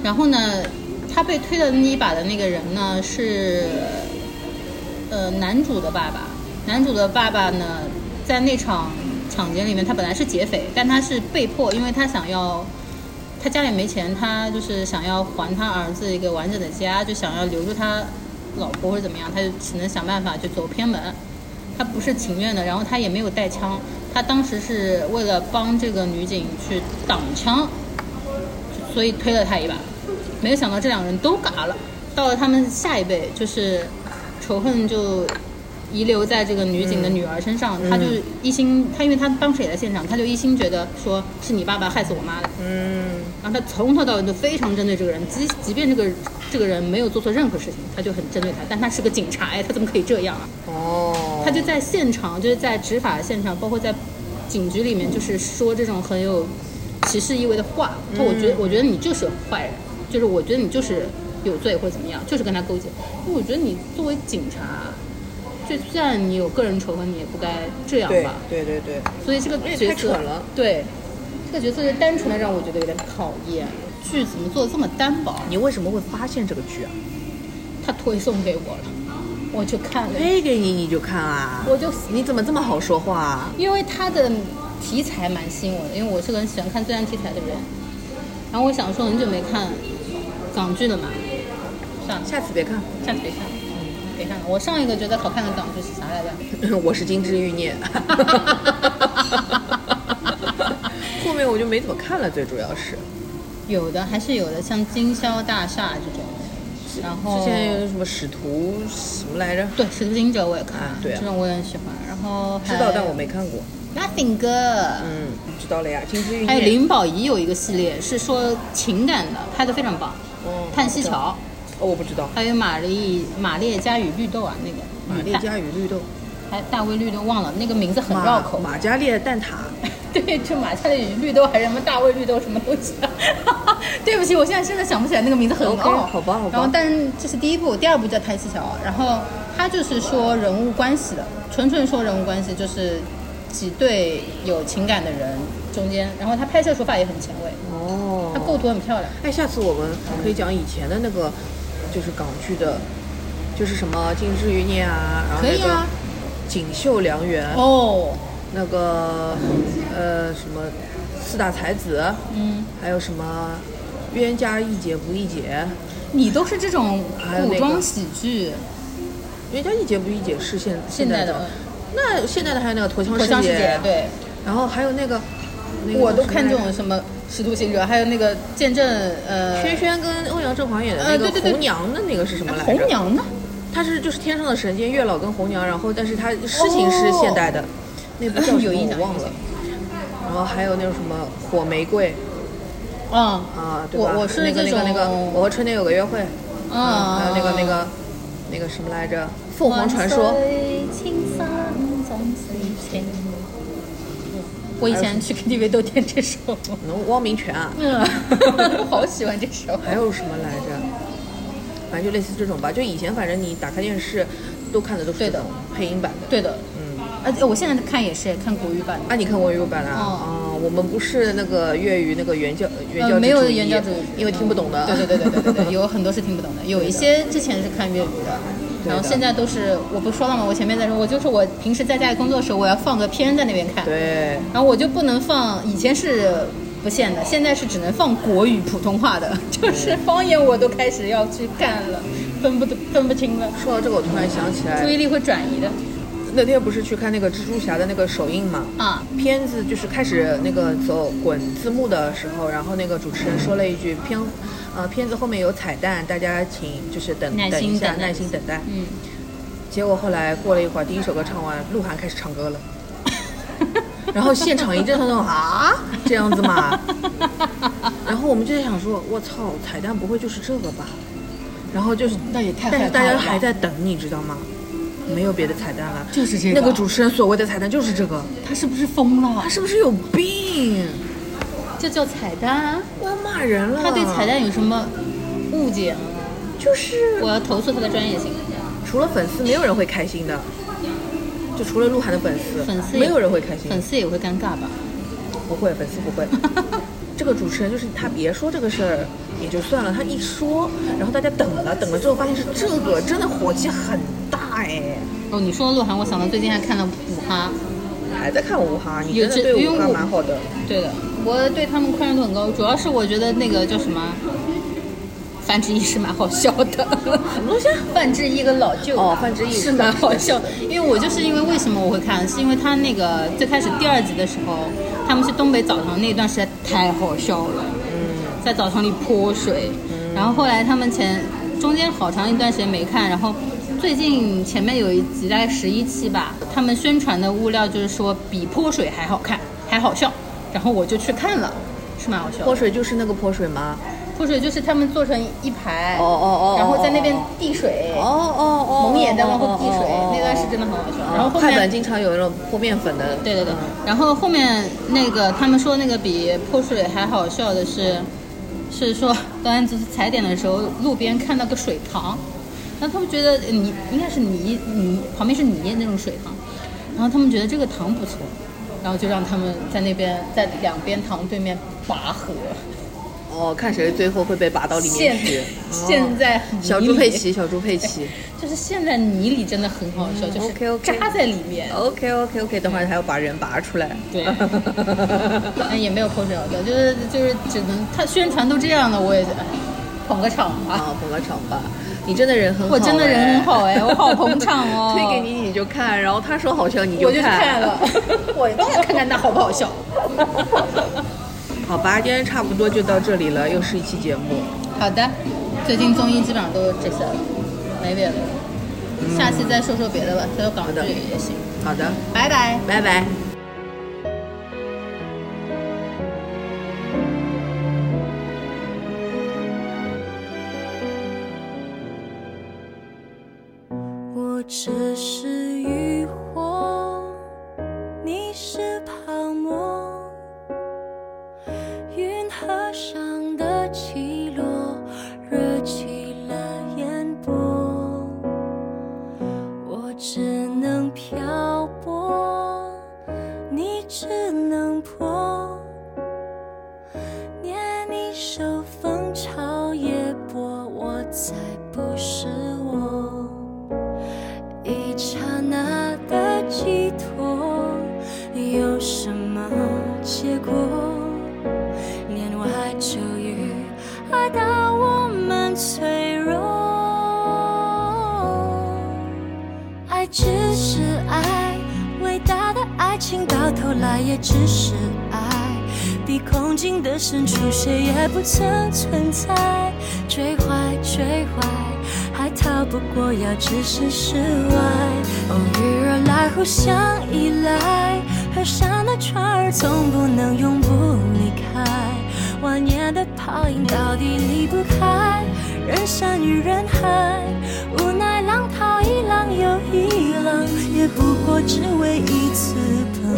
B: 然后呢，他被推的那一把的那个人呢是，呃，男主的爸爸。男主的爸爸呢，在那场抢劫里面，他本来是劫匪，但他是被迫，因为他想要，他家里没钱，他就是想要还他儿子一个完整的家，就想要留住他老婆或者怎么样，他就只能想办法就走偏门。他不是情愿的，然后他也没有带枪，他当时是为了帮这个女警去挡枪，所以推了他一把。没有想到这两个人都嘎了，到了他们下一辈，就是仇恨就遗留在这个女警的女儿身上。他就一心，他因为他当时也在现场，他就一心觉得说是你爸爸害死我妈的。
C: 嗯
B: 然后他从头到尾都非常针对这个人，即即便这个这个人没有做错任何事情，他就很针对他。但他是个警察，哎，他怎么可以这样啊？
C: 哦，
B: 他就在现场，就是在执法现场，包括在警局里面，就是说这种很有歧视意味的话。他我
C: 嗯
B: 觉得，我觉得你就是坏人，就是我觉得你就是有罪或者怎么样，就是跟他勾结。因为我觉得你作为警察，就算你有个人仇恨，你也不该这样
C: 对
B: 吧。
C: 对对对，
B: 所以这个
C: 也
B: 角
C: 太
B: 色
C: 蠢了
B: 对这个角色就单纯的让我觉得有点讨厌。剧怎么做得这么单薄？
C: 你为什么会发现这个剧啊？
B: 他推送给我了，我就看了，
C: 推给你你就看啊？
B: 我就
C: 你怎么这么好说话啊？
B: 因为它的题材蛮吸引我的，因为我是个很喜欢看罪案题材的人。然后我想说很久没看港剧了嘛，算了，
C: 下次别看。 *laughs*
B: 下次别看，别看了。我上一个觉得好看的港剧是啥来着？
C: 我是金枝欲 *laughs* 孽。后面我就没怎么看了，最主要是
B: 有的还是有的，像《经销大厦》这种，然后
C: 之前有什么使徒什么来着？
B: 对《使徒行者》我也看，
C: 啊对啊
B: 这种我也很喜欢。然后还
C: 知道，但我没看过。
B: Nothing 哥。
C: 哎嗯，哎知道了呀，金枝欲孽。
B: 还有林保怡有一个系列是说情感的，拍的非常棒，
C: 哦
B: 《叹息桥》。
C: 哦，我不知道。
B: 还有玛丽玛丽加与绿豆啊，那个
C: 马 *laughs* 列加与绿豆，
B: 还大卫绿豆忘了，那个名字很
C: 马
B: 绕口。
C: 马加列蛋挞，
B: *laughs* 对，就玛丽与绿豆还是什么大卫绿豆什么东西的， *laughs* 对不起，我现在真的想不起来那个名字很
C: OK，
B: 拗。
C: 好吧好吧
B: 然后，但是这是第一部，第二部叫《太西桥》，啊然后它就是说人物关系的，纯纯说人物关系，就是几对有情感的人中间，然后它拍摄手法也很前卫，它
C: 哦，
B: 构图很漂亮。
C: 哎，下次我们可以讲以前的那个，就是港剧的，就是什么《金枝欲孽》啊，然后
B: 可
C: 那
B: 以
C: 个
B: 啊
C: 《锦绣良缘》
B: 哦，
C: 那个呃什么四大才子，
B: 嗯，
C: 还有什么冤家宜解不宜解，
B: 你都是这种
C: 还有那
B: 古
C: 个
B: 装喜剧，
C: 冤家宜解不宜解是现
B: 现
C: 代
B: 代的
C: 那现代的还有那个陀枪
B: 《火枪
C: 师
B: 师姐》对，
C: 然后还有那个，那个
B: 我都
C: 什么
B: 看
C: 来
B: 这
C: 着
B: 种什么《使徒行者》，还有那个《见证》呃，
C: 轩轩跟欧阳震华演的
B: 呃
C: 那
B: 对
C: 个
B: 对对
C: 红娘的那个是什么来着？
B: 红，娘呢？
C: 她是就是天上的神仙月老跟红娘，然后但是她事情是现代的，
B: 哦
C: 那部叫什
B: 有
C: 么
B: 印
C: 我
B: 象
C: 忘
B: 有印
C: 了
B: *laughs* 象。
C: 然后还有那种什么火玫瑰
B: 啊
C: 啊，对吧？
B: 我我是
C: 那个
B: 这
C: 那
B: 种
C: 个那个，我和春天有个约会，
B: 啊，
C: 还有那个那个那个什么来着？凤凰传说，
B: 我以前去 KTV 都点这首，
C: *laughs* 能汪明荃啊，
B: 嗯，好喜欢这首。
C: 还有什么来着？反正就类似这种吧，就以前反正你打开电视都看的都是
B: 对
C: 这
B: 的
C: 种配音版的。
B: 对的，
C: 嗯，
B: 而且我现在看也是看国语版的。
C: 啊，你看过粤语版的啊？
B: 哦
C: 啊我们不是那个粤语那个原教原教
B: 呃，
C: 旨
B: 没有
C: 主义
B: 原教旨主义，
C: 因为听不懂的。
B: 对对对对对对对，有很多是听不懂的，有一些之前是看粤语的，
C: 对的
B: 然后现在都是我不说了吗？我前面在说，我就是我平时在家里工作的时候，我要放个片在那边看，
C: 对
B: 然后我就不能放，以前是不限的，现在是只能放国语普通话的， *laughs* 就是方言我都开始要去看了，分不分不清了，
C: 说到这个，我突然想起
B: 嗯注
C: 来，
B: 意力会转移的
C: 那天不是去看那个蜘蛛侠的那个首映嘛？
B: 啊。
C: 片子就是开始那个走滚字幕的时候，然后那个主持人说了一句片，呃，片子后面有彩蛋，大家请就是等
B: 耐
C: 等一
B: 心
C: 下，
B: 等
C: 耐心等待。
B: 嗯，
C: 结果后来过了一会儿，第一首歌唱完，鹿晗开始唱歌了， *laughs* 然后现场一阵那种啊这样
B: *laughs*
C: 子嘛，然后我们就在想说，我操，彩蛋不会就是这个吧？然后就是，
B: 那也太害
C: 但是
B: 怕
C: 大
B: 了
C: 家
B: 吧
C: 还在等，你知道吗？没有别的彩蛋了，
B: 就是这个
C: 那个主持人所谓的彩蛋就是这个，
B: 他是不是疯了
C: 他？是不是有病？
B: 这叫彩蛋？啊
C: 我要骂人了！
B: 他对彩蛋有什么误解吗？
C: 就是
B: 我要投诉他的专业性。
C: 除了粉丝，没有人会开心的，就除了鹿晗的粉丝，
B: 粉丝也
C: 没有人会开心，
B: 粉丝也会尴尬吧？
C: 不会，粉丝不 *laughs* 会。这个主持人就是他，别说这个事儿也就算了，他一说，然后大家等了，等了之后发现是这个，真的火气很大哎。
B: 哦，你说鹿晗，我想到最近还看了五哈。
C: 还在看五哈，你
B: 有
C: 真的
B: 这
C: 对五
B: 因为
C: 哈
B: 我
C: 蛮好的。
B: 对的，我对他们宽容度很高，主要是我觉得那个叫什么，范志毅是蛮好笑的。什么东西？范志毅跟老舅
C: 哦范志毅
B: 是蛮好笑的，因为我就是因为为什么我会看，是因为他那个最开始第二集的时候，他们去东北澡堂那一段实在太好笑了。在澡堂里泼水，然后后来他们前中间好长一段时间没看，然后最近前面有一集大概十一期吧，他们宣传的物料就是说比泼水还好看，还好笑，然后我就去看了，是蛮好笑
C: 泼
B: 的。
C: 水就是那个泼水吗？
B: 泼水就是他们做成一排，
C: 哦哦哦
B: 然后在那边递水，
C: 哦哦哦，
B: 蒙眼在往后递水，
C: 哦
B: 那段是真的很好笑。然后后
C: 快
B: 面
C: 本经常有那种泼面粉的，
B: 对对对，然后后面那个他们说那个比泼水还好笑的是，是说导演组踩点的时候，路边看到个水塘，然后他们觉得泥应该是泥泥旁边是泥那种水塘，然后他们觉得这个塘不错，然后就让他们在那边在两边塘对面拔河，
C: 哦，看谁最后会被拔到里面
B: 现
C: 去。
B: 现在
C: 哦小
B: 泥
C: 猪
B: 里
C: 佩奇，小猪佩奇。
B: 就是陷在泥里真的很好笑，就是
C: 嗯 OK，OK
B: 扎在里面。
C: OK OK OK，等会儿还要把人拔出来。
B: 对嗯，也没有口水好笑，就是就是只能他宣传都这样了，我也哎捧个场吧。 *laughs*
C: 啊，捧个场吧。你真的人很好、
B: 我真的人很好
C: 哎，
B: 哎我好捧场哦
C: 推给你你就看，然后他说好笑你
B: 我就
C: 看。，
B: 去看了我倒要看看他好不好笑。
C: 好吧，今天差不多就到这里了，又是一期节目。
B: 好的，最近综艺基本上都是这些了，没别的了。下期再说说别的吧，说说港剧
C: 嗯好的
B: 也行。
C: 好的，
B: 拜拜。
C: 拜拜。
A: 我只是渔火，你是泡沫，云河上的起落，惹起了烟波。我只能漂泊，你只能破，念你手风潮也波，我才不是我。一刹怕到我们脆弱。爱只是爱，伟大的爱情到头来也只是爱。比空境的深处，谁也不曾存在。追怀追怀，还逃不过要置身事外。偶遇而来，互相依赖。河上的船儿总不能永不离开，万年的泡影到底离不开人山与人海。无奈浪淘一浪又一浪，也不过只为一次澎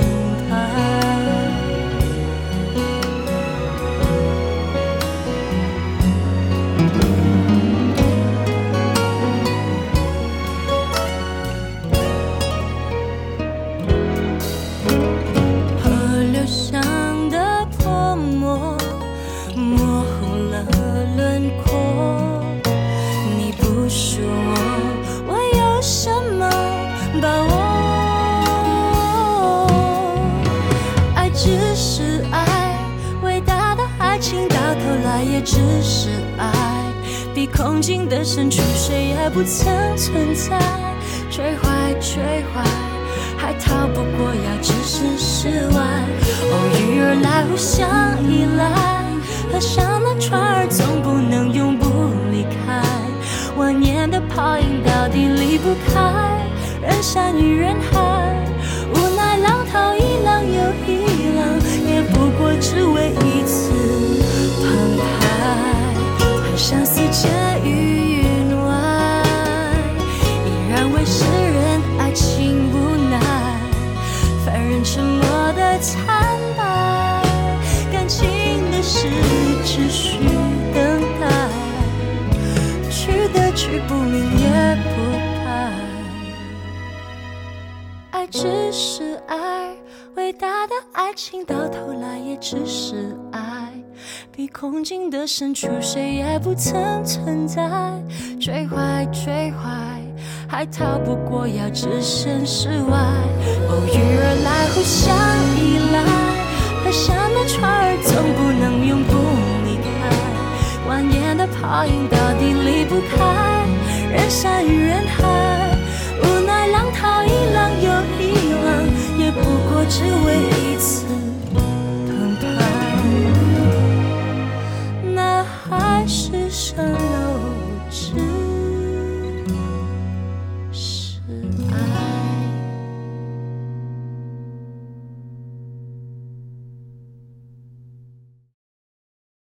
A: 湃。河流上的泼墨模糊了轮廓。你不是我，我有什么把握？爱只是爱，伟大的爱情到头来也只是爱。比空境的深处，谁也不曾存在。追怀追怀，还逃不过要置身事外。偶遇而哦来，互相依赖。河上的船儿总不能永不离开，万年的泡影到底离不开人山与人海。无奈浪淘一浪又一浪，也不过只为一次澎湃。海上丝牵与云外，依然为世人爱情无奈，凡人沉默的惨白，感情的事只需等待，去的去不明也不白。爱只是爱，伟大的爱情到头来也只是爱。比空境的深处，谁也不曾存在。追怀追怀，还逃不过要置身事外。偶遇而来，互相依赖。河上的船儿总不能永不离开，蜿蜒的泡影到底离不开人山与人海。